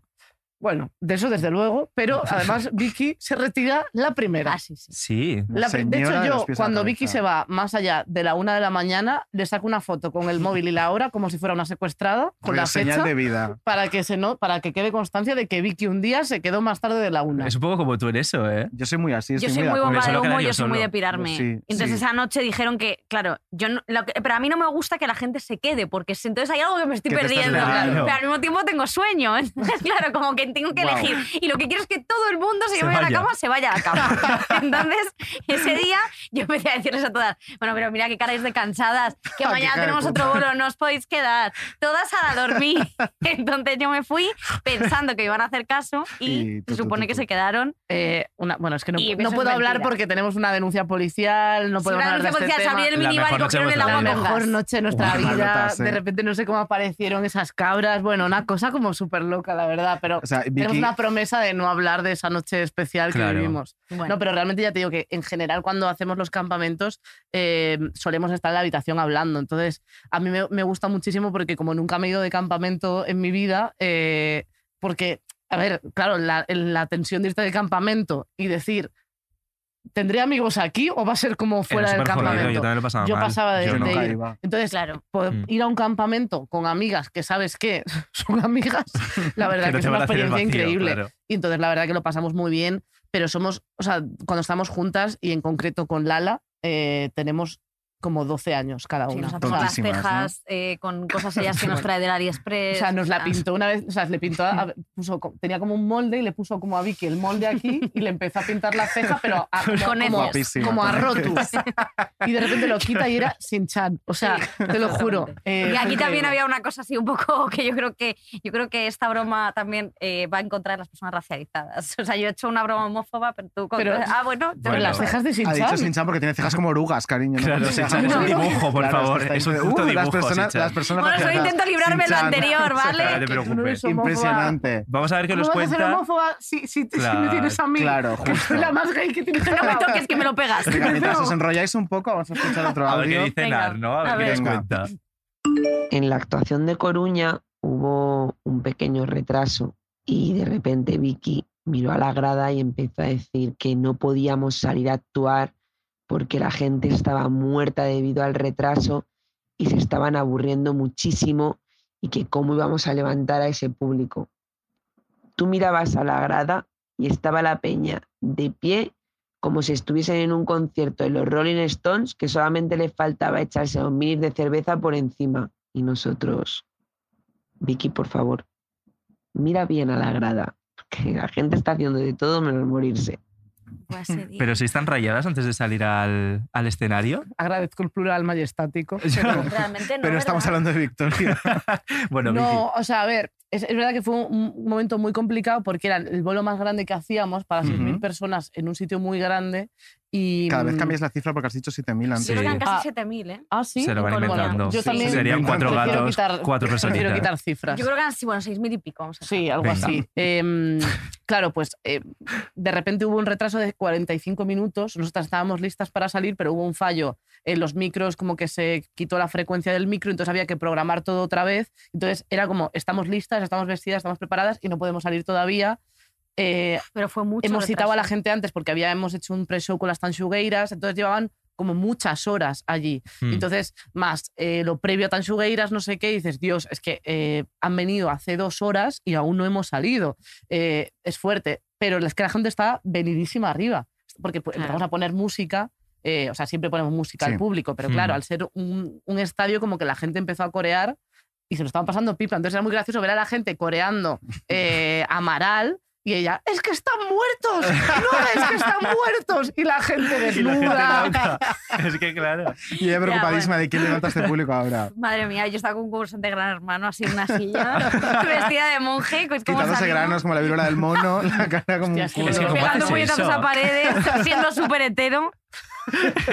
Speaker 6: Bueno, de eso desde luego, pero además Vicky se retira la primera.
Speaker 5: Ah,
Speaker 4: Sí.
Speaker 6: La pri- de hecho, yo, cuando Vicky se va más allá de la una de la mañana, le saco una foto con el móvil y la hora, como si fuera una secuestrada, con la
Speaker 3: señal
Speaker 6: fecha,
Speaker 3: de vida.
Speaker 6: Para que, se no, para que quede constancia de que Vicky un día se quedó más tarde de la una.
Speaker 4: Es un poco como tú en eso, ¿eh?
Speaker 3: Yo soy muy así,
Speaker 5: yo soy muy bomba de humo, yo soy muy de pirarme. entonces esa noche dijeron que, claro, yo no- lo que- pero a mí no me gusta que la gente se quede, porque si- entonces hay algo que me estoy
Speaker 3: Que te estás
Speaker 5: perdiendo.
Speaker 3: perdiendo.
Speaker 5: Pero al mismo tiempo tengo sueño. Entonces, claro, como que tengo que
Speaker 3: Guau.
Speaker 5: elegir. Y lo que quiero es que todo el mundo, si
Speaker 3: Se
Speaker 5: yo me voy a la
Speaker 3: vaya.
Speaker 5: cama, se vaya a la cama. Entonces, ese día yo empecé a decirles a todas, bueno, pero mira qué caráis de cansadas, que
Speaker 11: Ah, qué
Speaker 5: mañana
Speaker 11: cara de
Speaker 5: tenemos
Speaker 11: puta.
Speaker 5: otro bolo, no os podéis quedar. Todas a dormir. Entonces yo me fui pensando que iban a hacer caso y,
Speaker 6: Y tu,
Speaker 5: se
Speaker 6: tu,
Speaker 5: supone
Speaker 6: tu,
Speaker 5: que
Speaker 6: tu.
Speaker 5: se quedaron.
Speaker 6: Eh, una, bueno, es que no,
Speaker 5: Y
Speaker 6: no
Speaker 5: eso es
Speaker 6: puedo hablar
Speaker 5: mentira.
Speaker 6: porque tenemos una denuncia policial, no
Speaker 5: Sí,
Speaker 6: podemos
Speaker 5: una
Speaker 6: hablar de
Speaker 5: denuncia
Speaker 6: este
Speaker 5: policial,
Speaker 6: tema.
Speaker 5: salí del La minibar y mejor noche de cogieron el vuestra agua vida.
Speaker 6: La
Speaker 5: con
Speaker 6: mejor
Speaker 5: gas.
Speaker 6: noche de nuestra
Speaker 5: Uy, qué
Speaker 6: vida.
Speaker 3: malotas, eh.
Speaker 6: De repente no sé cómo aparecieron esas cabras. Bueno, una cosa como súper loca, la verdad, pero
Speaker 3: O sea,
Speaker 6: tenemos
Speaker 3: Vicky-
Speaker 6: una promesa de no hablar de esa noche especial
Speaker 3: Claro.
Speaker 6: que vivimos.
Speaker 3: Bueno.
Speaker 6: No, pero realmente ya te digo que en general cuando hacemos los campamentos eh, solemos estar en la habitación hablando. Entonces, a mí me, me gusta muchísimo porque como nunca me he ido de campamento en mi vida, eh, porque, a ver, claro, la, la tensión de irte de campamento y decir, ¿tendré amigos aquí o va a ser como fuera del
Speaker 4: súper jodido,
Speaker 6: campamento?
Speaker 4: yo también Mm. lo pasaba
Speaker 6: Yo
Speaker 4: mal.
Speaker 6: pasaba de,
Speaker 4: Yo
Speaker 6: de
Speaker 4: nunca
Speaker 6: ir.
Speaker 4: iba.
Speaker 6: Entonces, po- ir a un campamento con amigas que sabes que son amigas, la verdad que,
Speaker 4: Que no
Speaker 6: es
Speaker 4: te
Speaker 6: una
Speaker 4: van a hacer el
Speaker 6: experiencia
Speaker 4: vacío,
Speaker 6: increíble.
Speaker 4: claro.
Speaker 6: Y entonces la verdad que lo pasamos muy bien, pero somos, o sea, cuando estamos juntas y en concreto con Lala, eh, tenemos como 12 años cada
Speaker 5: Sí,
Speaker 6: una.
Speaker 5: nos hacemos las
Speaker 6: Tontísimas, ¿no?
Speaker 5: cejas eh, con cosas ellas que nos
Speaker 6: Bueno.
Speaker 5: trae del AliExpress.
Speaker 6: O sea, nos la
Speaker 5: Ah.
Speaker 6: pintó una vez, o sea, le pintó, a- a- puso co- tenía como un molde y le puso como a Vicky el molde aquí y le empezó a pintar la ceja, pero a, como,
Speaker 5: Con
Speaker 6: como,
Speaker 5: heces.
Speaker 6: como
Speaker 5: Guapísima,
Speaker 6: a Rotus. Y de repente lo quita y era sin chan. O sea, te lo juro. eh,
Speaker 5: y aquí
Speaker 6: fue
Speaker 5: también
Speaker 6: increíble.
Speaker 5: había una cosa así un poco que yo creo que yo creo que esta broma también eh, va en contra de las personas racializadas. O sea, yo he hecho una broma homófoba, pero tú con-
Speaker 6: Pero-
Speaker 5: ah bueno, te-
Speaker 6: Bueno. las cejas de
Speaker 3: Ha
Speaker 6: Shin-chan.
Speaker 3: dicho Shin-chan porque tiene cejas como orugas, cariño. ¿no?
Speaker 4: Claro,
Speaker 3: O sea,
Speaker 4: Shin-chan es un dibujo, por
Speaker 3: Claro,
Speaker 4: favor,
Speaker 3: está
Speaker 4: es
Speaker 3: diciendo,
Speaker 4: un puto
Speaker 3: "Uh, las
Speaker 4: dibujo,
Speaker 3: personas,
Speaker 4: Shin-chan".
Speaker 3: las personas
Speaker 5: Bueno, solo
Speaker 3: racializadas,
Speaker 5: intento librarme de lo
Speaker 3: Shin-chan.
Speaker 5: anterior, ¿vale?
Speaker 4: No te preocupes.
Speaker 3: Impresionante.
Speaker 4: Vamos a ver qué
Speaker 6: ¿Cómo
Speaker 4: nos
Speaker 6: vas a ser
Speaker 4: cuenta.
Speaker 6: homófoba si, si, si
Speaker 4: Claro,
Speaker 6: me tienes a mí?
Speaker 3: claro,
Speaker 6: que
Speaker 3: justo.
Speaker 6: soy la más gay que tienes
Speaker 5: no me
Speaker 6: al lado.
Speaker 5: toques que me lo pegas.
Speaker 3: Venga, mientras os enrolláis un poco, vamos a escuchar otro
Speaker 4: A
Speaker 3: audio.
Speaker 4: ver qué dice Nar, ¿no? A ver qué nos cuenta.
Speaker 8: En la actuación de Coruña hubo un pequeño retraso y de repente Vicky miró a la grada y empezó a decir que no podíamos salir a actuar porque la gente estaba muerta debido al retraso y se estaban aburriendo muchísimo y que cómo íbamos a levantar a ese público. Tú mirabas a la grada y estaba la peña de pie como si estuviesen en un concierto de los Rolling Stones que solamente les faltaba echarse un mil de cerveza por encima. Y nosotros, Vicky, por favor, mira bien a la grada, que la gente está haciendo de todo menos morirse.
Speaker 5: Pues
Speaker 4: Pero si están rayadas antes de salir al, al escenario.
Speaker 6: Agradezco el plural majestático. pero-
Speaker 5: Realmente no.
Speaker 3: Pero estamos hablando de Victoria.
Speaker 4: bueno,
Speaker 6: No, o sea, a ver, es, es verdad que fue un, un momento muy complicado porque era el bolo más grande que hacíamos para 6.000
Speaker 3: Ujú.
Speaker 6: personas en un sitio muy grande y...
Speaker 3: Cada vez cambiáis la cifra porque has dicho 7.000 antes.
Speaker 5: Yo creo que eran
Speaker 6: Ah.
Speaker 5: casi 7000, ¿eh?
Speaker 6: Ah, sí.
Speaker 4: Se lo van
Speaker 6: Bueno,
Speaker 4: inventando.
Speaker 6: Yo
Speaker 4: Sí.
Speaker 6: también
Speaker 4: Serían cuatro
Speaker 6: prefiero
Speaker 4: gatos,
Speaker 6: quitar-
Speaker 4: cuatro
Speaker 6: Prefiero
Speaker 4: personitas.
Speaker 6: quitar cifras.
Speaker 5: Yo creo que eran sí, bueno, 6000 y pico, vamos a
Speaker 6: Sí, algo
Speaker 4: Venga.
Speaker 6: así. Em, claro, pues eh, de repente hubo un retraso de 45 minutos. Nosotras estábamos listas para salir, pero hubo un fallo en los micros, como que se quitó la frecuencia del micro, entonces había que programar todo otra vez. Entonces era como, estamos listas, estamos vestidas, estamos preparadas y no podemos salir todavía. Eh,
Speaker 5: pero fue mucho
Speaker 6: Hemos citado a la
Speaker 5: retraso.
Speaker 6: gente antes porque habíamos hecho un pre-show con las Tanchugueiras, entonces llevaban como muchas horas allí.
Speaker 12: Hmm.
Speaker 4: Mm.
Speaker 6: Entonces, más eh, lo previo a Tanchugueiras, no sé qué, y dices, Dios, es que eh, han venido hace dos horas y aún no hemos salido. Eh, es fuerte, pero es que la gente está venidísima arriba, porque pues, empezamos a poner música. eh, o sea, siempre ponemos música
Speaker 12: Sí.
Speaker 6: al público, pero
Speaker 12: Hmm.
Speaker 6: claro, al ser un, un estadio, como que la gente empezó a corear y se lo estaban pasando pipa. Entonces era muy gracioso ver a la gente coreando eh, Amaral y ella, es que están muertos, no, es que están muertos. Y la gente desnuda.
Speaker 4: es que claro.
Speaker 3: Y ella
Speaker 5: Ya,
Speaker 3: preocupadísima
Speaker 5: bueno.
Speaker 3: de quién levanta este público ahora.
Speaker 5: Madre mía, yo estaba con un concursante de gran hermano así en una silla, vestida de monje, pues como
Speaker 3: Quitándose granos como la viruela del mono, la cara como un culo.
Speaker 4: es que ¿cómo
Speaker 5: pegando
Speaker 4: haces
Speaker 5: puñetazos a
Speaker 4: eso?
Speaker 5: paredes, siendo súper hetero.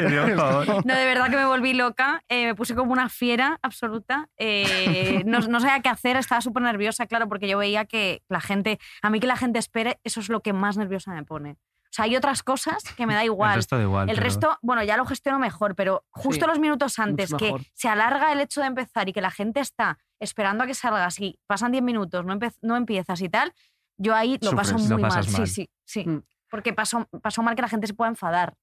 Speaker 4: Dios, por favor.
Speaker 5: No, de verdad que me volví loca. eh, me puse como una fiera absoluta. eh, no, no sabía qué hacer, estaba súper nerviosa, claro, porque yo veía que la gente, a mí que la gente espere, eso es lo que más nerviosa me pone. O sea, hay otras cosas que me da igual.
Speaker 4: resto da igual,
Speaker 5: El
Speaker 4: pero-
Speaker 5: resto, bueno, ya lo gestiono mejor, pero justo
Speaker 6: Sí,
Speaker 5: los minutos antes
Speaker 6: mucho
Speaker 5: que
Speaker 6: mejor.
Speaker 5: se alarga el hecho de empezar y que la gente está esperando a que salgas y pasan 10 minutos, no, empe- no empiezas y tal, yo ahí lo paso
Speaker 4: Sufres,
Speaker 5: muy
Speaker 4: lo
Speaker 5: mal.
Speaker 4: pasas
Speaker 5: Sí,
Speaker 4: mal.
Speaker 5: sí, sí.
Speaker 6: Mm.
Speaker 5: Porque pasó, pasó mal que la gente se pueda enfadar.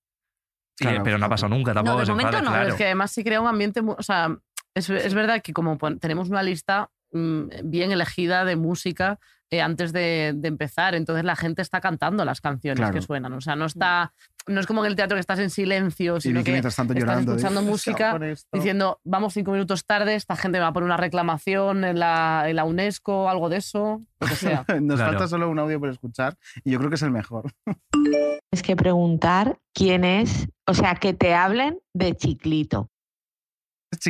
Speaker 4: Y- pero no ha pasado nunca tampoco.
Speaker 6: No,
Speaker 4: se
Speaker 6: de momento
Speaker 4: enfade,
Speaker 6: no,
Speaker 4: claro.
Speaker 6: pero es que además sí crea un ambiente. mu- O sea, es, es verdad que como pon- tenemos una lista mm, bien elegida de música eh, antes de, de empezar, entonces la gente está cantando las canciones
Speaker 3: Claro.
Speaker 6: que suenan. O sea, no está. No es como en el teatro que estás en silencio, sino
Speaker 3: Vicky
Speaker 6: que
Speaker 3: mientras tanto
Speaker 6: estás
Speaker 3: llorando,
Speaker 6: escuchando
Speaker 3: dices, "Chao
Speaker 6: música,
Speaker 3: con esto".
Speaker 6: diciendo, vamos cinco minutos tarde, esta gente va a poner una reclamación en la, en la UNESCO, algo de eso, lo que sea.
Speaker 3: Nos
Speaker 4: Claro.
Speaker 3: falta solo un audio por escuchar y yo creo que es el mejor.
Speaker 13: Tienes que preguntar quién es, o sea, que te hablen de chiclito.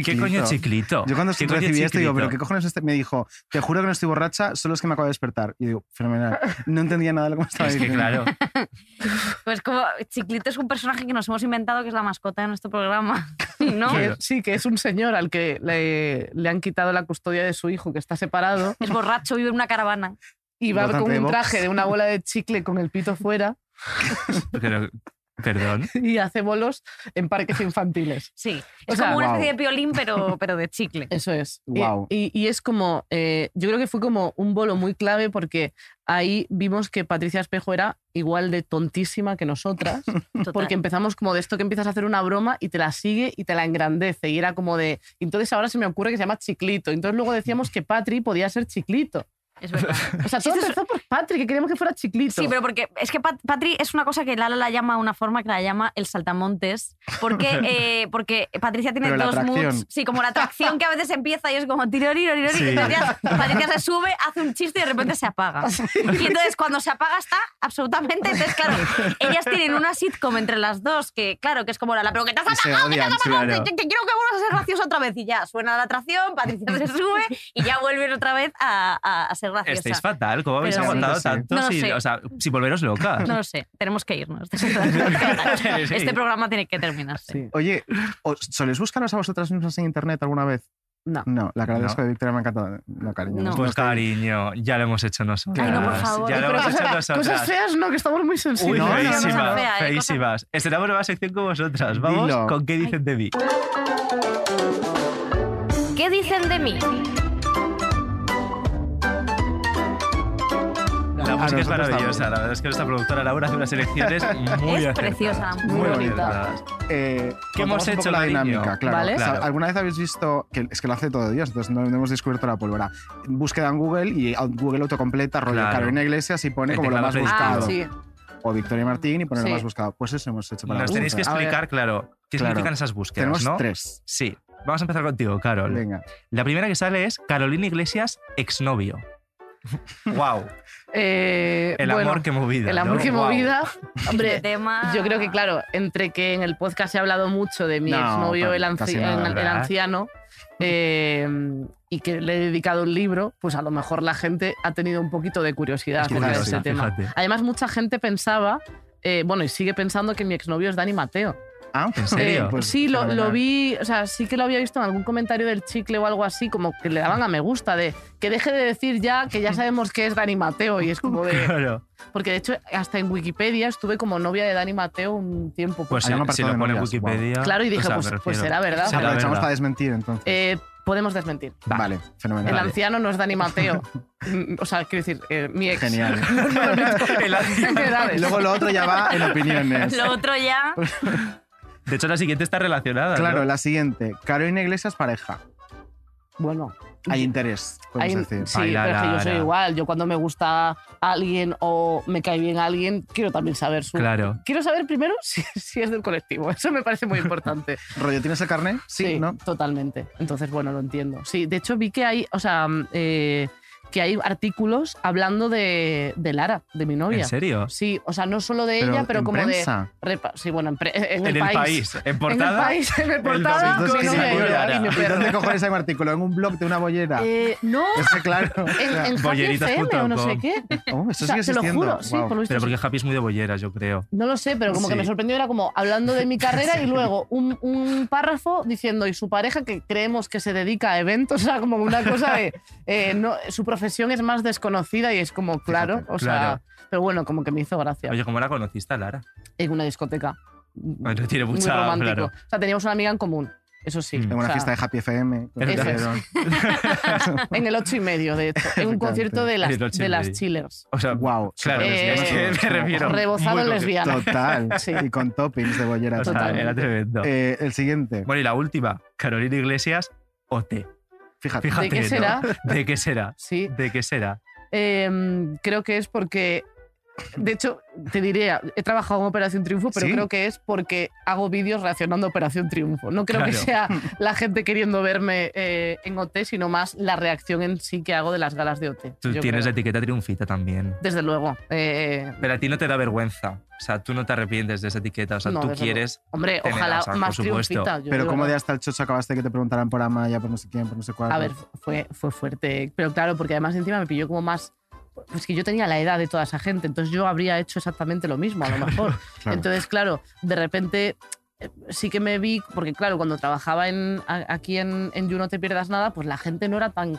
Speaker 4: ¿Qué coño es chiclito?
Speaker 3: Yo cuando
Speaker 4: ¿Qué coño es
Speaker 3: recibí esto digo,
Speaker 4: chiclito?
Speaker 3: pero ¿qué cojones es este? Me dijo, te juro que no estoy borracha, solo es que me acabo de despertar. Y digo, fenomenal. No entendía nada de lo que me estaba
Speaker 4: Es que
Speaker 3: diciendo.
Speaker 4: claro.
Speaker 5: Pues como Chiclito es un personaje que nos hemos inventado que es la mascota de nuestro programa. ¿No?
Speaker 6: Que- sí, que es un señor al que le, le han quitado la custodia de su hijo, que está separado.
Speaker 5: Es borracho, vive en una caravana.
Speaker 6: Y va
Speaker 4: Bastante
Speaker 6: con un
Speaker 4: vox.
Speaker 6: traje de una bola de chicle con el pito fuera
Speaker 4: Pero- perdón.
Speaker 6: y hace bolos en parques infantiles.
Speaker 5: Sí,
Speaker 6: O
Speaker 5: es
Speaker 6: sea,
Speaker 5: como una especie
Speaker 6: guau.
Speaker 5: de piolín, pero, pero de chicle.
Speaker 6: Eso es. Y-
Speaker 5: Guau.
Speaker 6: Y, y es como, eh, yo creo que fue como un bolo muy clave porque ahí vimos que Patricia Espejo era igual de tontísima que nosotras, porque empezamos como de esto que empiezas a hacer una broma y te la sigue y te la engrandece. Y era como de, entonces ahora se me ocurre que se llama Chiclito. Entonces luego decíamos que Patri podía ser Chiclito.
Speaker 5: Es verdad.
Speaker 6: O sea, todo empezó por Patri, que queríamos que fuera Chiclito.
Speaker 5: Sí, pero porque es que Pat- Patri es una cosa que Lala la llama de una forma que la llama el saltamontes. Porque, eh, porque Patricia tiene
Speaker 6: Pero la
Speaker 5: dos
Speaker 6: atracción.
Speaker 5: moods. Sí, como la atracción que a veces empieza y es como tirori, tirori,
Speaker 6: Sí.
Speaker 5: y Patricia, Patricia se sube, hace un chiste y de repente se apaga. Y entonces cuando se apaga está absolutamente. Entonces, claro, ellas tienen una sitcom entre las dos que, claro, que es como la, pero que te has
Speaker 12: Y se
Speaker 5: atajado, que te has
Speaker 12: odian,
Speaker 5: atajado,
Speaker 12: claro.
Speaker 5: que, que quiero que vuelvas a ser graciosa otra vez. Y ya suena la atracción, Patricia se sube y ya vuelven otra vez a, a- a ser graciosa.
Speaker 4: Estáis fatal. ¿Cómo habéis
Speaker 5: Pero-
Speaker 4: aguantado
Speaker 5: Sí.
Speaker 4: tanto
Speaker 5: No lo
Speaker 4: sin,
Speaker 5: sé.
Speaker 4: o sea, sin volveros locas?
Speaker 5: No lo sé, tenemos que irnos.
Speaker 4: Sí.
Speaker 5: este programa tiene que terminarse.
Speaker 3: Oye, ¿os- ¿soléis buscaros a vosotras mismas en internet alguna vez?
Speaker 6: No.
Speaker 3: No, la cara de
Speaker 4: No.
Speaker 3: asco de Victoria me ha encantado. No, cariño.
Speaker 5: No.
Speaker 4: Pues cariño, ya lo hemos hecho nosotras.
Speaker 3: Ay, no, por
Speaker 6: favor.
Speaker 4: Ya lo
Speaker 6: Pero
Speaker 4: hemos hecho
Speaker 6: cosas,
Speaker 4: nosotras.
Speaker 6: cosas feas Pues no, que estamos muy
Speaker 4: Uy,
Speaker 6: sensibles.
Speaker 4: feísimas, feísimas. Estrenamos nueva sección con vosotras. Vamos
Speaker 3: Dilo.
Speaker 4: con qué dicen de mí.
Speaker 11: ¿Qué dicen de mí?
Speaker 4: La música es maravillosa. La verdad es que nuestra productora Laura hace unas elecciones muy
Speaker 5: Es preciosa,
Speaker 4: acertadas,
Speaker 5: muy bonita.
Speaker 4: acertadas.
Speaker 3: Eh,
Speaker 4: ¿Qué
Speaker 3: contamos
Speaker 4: hemos
Speaker 3: un poco
Speaker 4: hecho,
Speaker 3: la
Speaker 4: cariño?
Speaker 3: dinámica? Claro.
Speaker 4: Vale.
Speaker 3: O sea,
Speaker 4: Claro.
Speaker 3: ¿Alguna vez habéis visto que es que lo hace todo Dios? Entonces no no hemos descubierto la pólvora. Búsqueda en Google y au- Google autocompleta rollo
Speaker 4: Claro.
Speaker 3: Carolina Iglesias y pone
Speaker 4: El
Speaker 3: como lo más
Speaker 4: teclado
Speaker 3: buscado.
Speaker 5: Ah,
Speaker 6: Ah,
Speaker 4: predictivo.
Speaker 3: O Victoria Martín y pone
Speaker 4: Sí.
Speaker 3: lo más buscado. Pues eso hemos hecho para
Speaker 4: Nos tenéis que
Speaker 3: vosotras.
Speaker 4: explicar, claro, qué
Speaker 3: Claro.
Speaker 4: significan esas búsquedas,
Speaker 3: Tenemos
Speaker 4: ¿no?
Speaker 3: tres.
Speaker 4: Sí. Vamos a empezar contigo, Carol.
Speaker 3: Venga.
Speaker 4: La primera que sale es Carolina Iglesias, exnovio. wow.
Speaker 6: Eh,
Speaker 4: El
Speaker 6: bueno,
Speaker 4: amor que movida.
Speaker 6: El amor
Speaker 4: ¿no?
Speaker 6: que
Speaker 4: Guau.
Speaker 6: movida. Hombre,
Speaker 11: Este
Speaker 5: tema-
Speaker 6: yo creo que, claro, entre que en el podcast he hablado mucho de mi
Speaker 4: No,
Speaker 6: exnovio, el,
Speaker 4: casi
Speaker 6: anci-
Speaker 4: nada,
Speaker 6: el- el
Speaker 4: ¿verdad?
Speaker 6: anciano, eh, y que le he dedicado un libro, pues a lo mejor la gente ha tenido un poquito de curiosidad
Speaker 4: Es que
Speaker 6: acerca de
Speaker 4: fíjate,
Speaker 6: ese tema.
Speaker 4: fíjate.
Speaker 6: Además, mucha gente pensaba, eh, bueno, y sigue pensando que mi exnovio es Dani Mateo.
Speaker 3: Ah,
Speaker 4: ¿en serio? Pues
Speaker 6: Eh, sí, lo, lo vi, o sea, sí que lo había visto en algún comentario del chicle o algo así, como que le daban a me gusta, de que deje de decir ya que ya sabemos que es Dani Mateo, y es como de.
Speaker 4: Claro.
Speaker 6: Porque de hecho, hasta en Wikipedia estuve como novia de Dani Mateo un tiempo.
Speaker 4: Pues si,
Speaker 3: Hay un
Speaker 4: si
Speaker 3: apartado
Speaker 4: lo
Speaker 3: de
Speaker 4: pone en
Speaker 3: novias, guau.
Speaker 4: Wikipedia.
Speaker 6: Claro, y dije, pues-
Speaker 4: me
Speaker 6: pues
Speaker 4: refiero.
Speaker 6: será verdad.
Speaker 4: Será
Speaker 3: Aprovechamos
Speaker 4: verdad.
Speaker 3: para desmentir entonces.
Speaker 6: Eh, podemos desmentir.
Speaker 3: Vale,
Speaker 6: El
Speaker 3: fenomenal.
Speaker 6: anciano no es Dani Mateo. Mm, o sea, quiero decir, eh, mi ex.
Speaker 3: Genial.
Speaker 6: El anciano.
Speaker 3: Luego lo otro ya va en opiniones.
Speaker 5: Lo otro ya.
Speaker 4: De hecho, la siguiente está relacionada.
Speaker 3: Claro,
Speaker 4: ¿no?
Speaker 3: la siguiente. Carolina Iglesias, pareja.
Speaker 6: Bueno.
Speaker 3: Hay interés,
Speaker 6: Hay-
Speaker 3: podemos decir. ah,
Speaker 6: sí, pero es que yo soy igual. Yo cuando me gusta alguien o me cae bien alguien, quiero también saber su...
Speaker 3: Claro.
Speaker 6: Quiero saber primero si, si es del colectivo. Eso me parece muy importante.
Speaker 3: ¿Rollo, tienes el carnet? Sí, ¿no?
Speaker 6: totalmente. Entonces, bueno, lo entiendo. Sí, de hecho vi que hay, o sea, mm, eh, que hay artículos hablando de, de Lara, de mi novia.
Speaker 4: ¿En serio?
Speaker 6: Sí, o sea, no solo de
Speaker 4: Pero
Speaker 6: ella, pero
Speaker 4: ¿en
Speaker 6: como
Speaker 4: prensa?
Speaker 6: de... repa- sí, bueno, en, pre- en,
Speaker 4: En
Speaker 6: el,
Speaker 4: el
Speaker 6: país.
Speaker 4: país, en portada,
Speaker 6: En el país, en el
Speaker 4: el
Speaker 6: portada.
Speaker 4: domingo
Speaker 6: mi novia y
Speaker 4: que
Speaker 6: yo,
Speaker 4: salió Lara.
Speaker 6: cariño,
Speaker 4: ¿Y
Speaker 3: ¿Y
Speaker 6: pero-
Speaker 3: dónde cojones hay un artículo? ¿En un blog de una bollera?
Speaker 6: Eh, no.
Speaker 3: Es que claro. o
Speaker 6: en,
Speaker 3: sea,
Speaker 6: en Happy FM o no sé qué.
Speaker 3: Oh, eso
Speaker 6: O sea,
Speaker 3: sigue
Speaker 6: te lo
Speaker 3: existiendo.
Speaker 6: juro, sí,
Speaker 3: Guau.
Speaker 6: por lo visto
Speaker 4: Pero
Speaker 6: sí.
Speaker 4: porque Happy es muy de bolleras, yo creo.
Speaker 6: No lo sé, pero como que
Speaker 4: Sí.
Speaker 6: me sorprendió, era como hablando de mi carrera y luego un, un párrafo diciendo, y su pareja que creemos que se dedica a eventos, o sea, como una cosa de, eh, no, su profesión es más desconocida y es como, claro, o sea,
Speaker 4: claro.
Speaker 6: pero bueno, como que me hizo gracia.
Speaker 4: Oye, ¿cómo la conociste, a Lara?
Speaker 6: En una discoteca.
Speaker 4: Bueno, tiene mucha.
Speaker 6: Muy romántico.
Speaker 4: claro.
Speaker 6: O sea, teníamos una amiga en común, eso sí.
Speaker 3: En
Speaker 6: o
Speaker 3: una
Speaker 6: sea,
Speaker 3: fiesta de Happy FM. que
Speaker 6: Eso es.
Speaker 3: hicieron.
Speaker 6: En el ocho y medio, de hecho, en un concierto de las,
Speaker 3: El ocho y
Speaker 6: de las
Speaker 3: medio.
Speaker 6: chillers.
Speaker 4: O sea,
Speaker 3: wow.
Speaker 4: Claro,
Speaker 6: Eh,
Speaker 4: es que me refiero.
Speaker 6: rebozado
Speaker 4: muy concreto.
Speaker 6: lesbiana.
Speaker 3: Total.
Speaker 6: Sí.
Speaker 3: Y con toppings de bollera.
Speaker 4: O sea,
Speaker 3: también.
Speaker 4: era tremendo.
Speaker 3: Eh, el siguiente.
Speaker 4: Bueno, y la última, Carolina Iglesias, OT.
Speaker 3: Fíjate.
Speaker 4: Fíjate
Speaker 6: ¿De qué
Speaker 4: ¿no?
Speaker 6: será?
Speaker 4: ¿De qué será?
Speaker 6: Sí.
Speaker 4: ¿De qué será?
Speaker 6: Eh, creo que es porque. De hecho, te diría, he trabajado en Operación Triunfo, pero
Speaker 4: ¿Sí?
Speaker 6: creo que es porque hago vídeos reaccionando a Operación Triunfo. No creo que
Speaker 4: Claro.
Speaker 6: sea la gente queriendo verme eh, en OT, sino más la reacción en sí que hago de las galas de OT.
Speaker 4: Tú
Speaker 6: yo
Speaker 4: tienes la
Speaker 6: creo.
Speaker 4: etiqueta triunfita también.
Speaker 6: Desde luego. eh,
Speaker 4: Pero a ti no te da vergüenza. O sea, tú no te arrepientes de esa etiqueta. O sea,
Speaker 6: No,
Speaker 4: tú
Speaker 6: desde
Speaker 4: quieres.
Speaker 6: luego. Hombre,
Speaker 4: tenerla,
Speaker 6: ojalá
Speaker 4: o sea,
Speaker 6: más
Speaker 4: por supuesto.
Speaker 6: triunfita, yo
Speaker 3: Pero
Speaker 6: digo,
Speaker 3: como
Speaker 6: no.
Speaker 3: de hasta el chocho acabaste que te preguntaran por Amaya, por no sé quién, por no sé cuál.
Speaker 6: A ver, fue, fue fuerte. Pero claro, porque además encima me pilló como más. Pues que yo tenía la edad de toda esa gente, entonces yo habría hecho exactamente lo mismo, a lo mejor.
Speaker 3: claro.
Speaker 6: Entonces, claro, de repente eh, sí que me vi, porque claro, cuando trabajaba en, a- aquí en, en You No Te Pierdas Nada, pues la gente no era tan.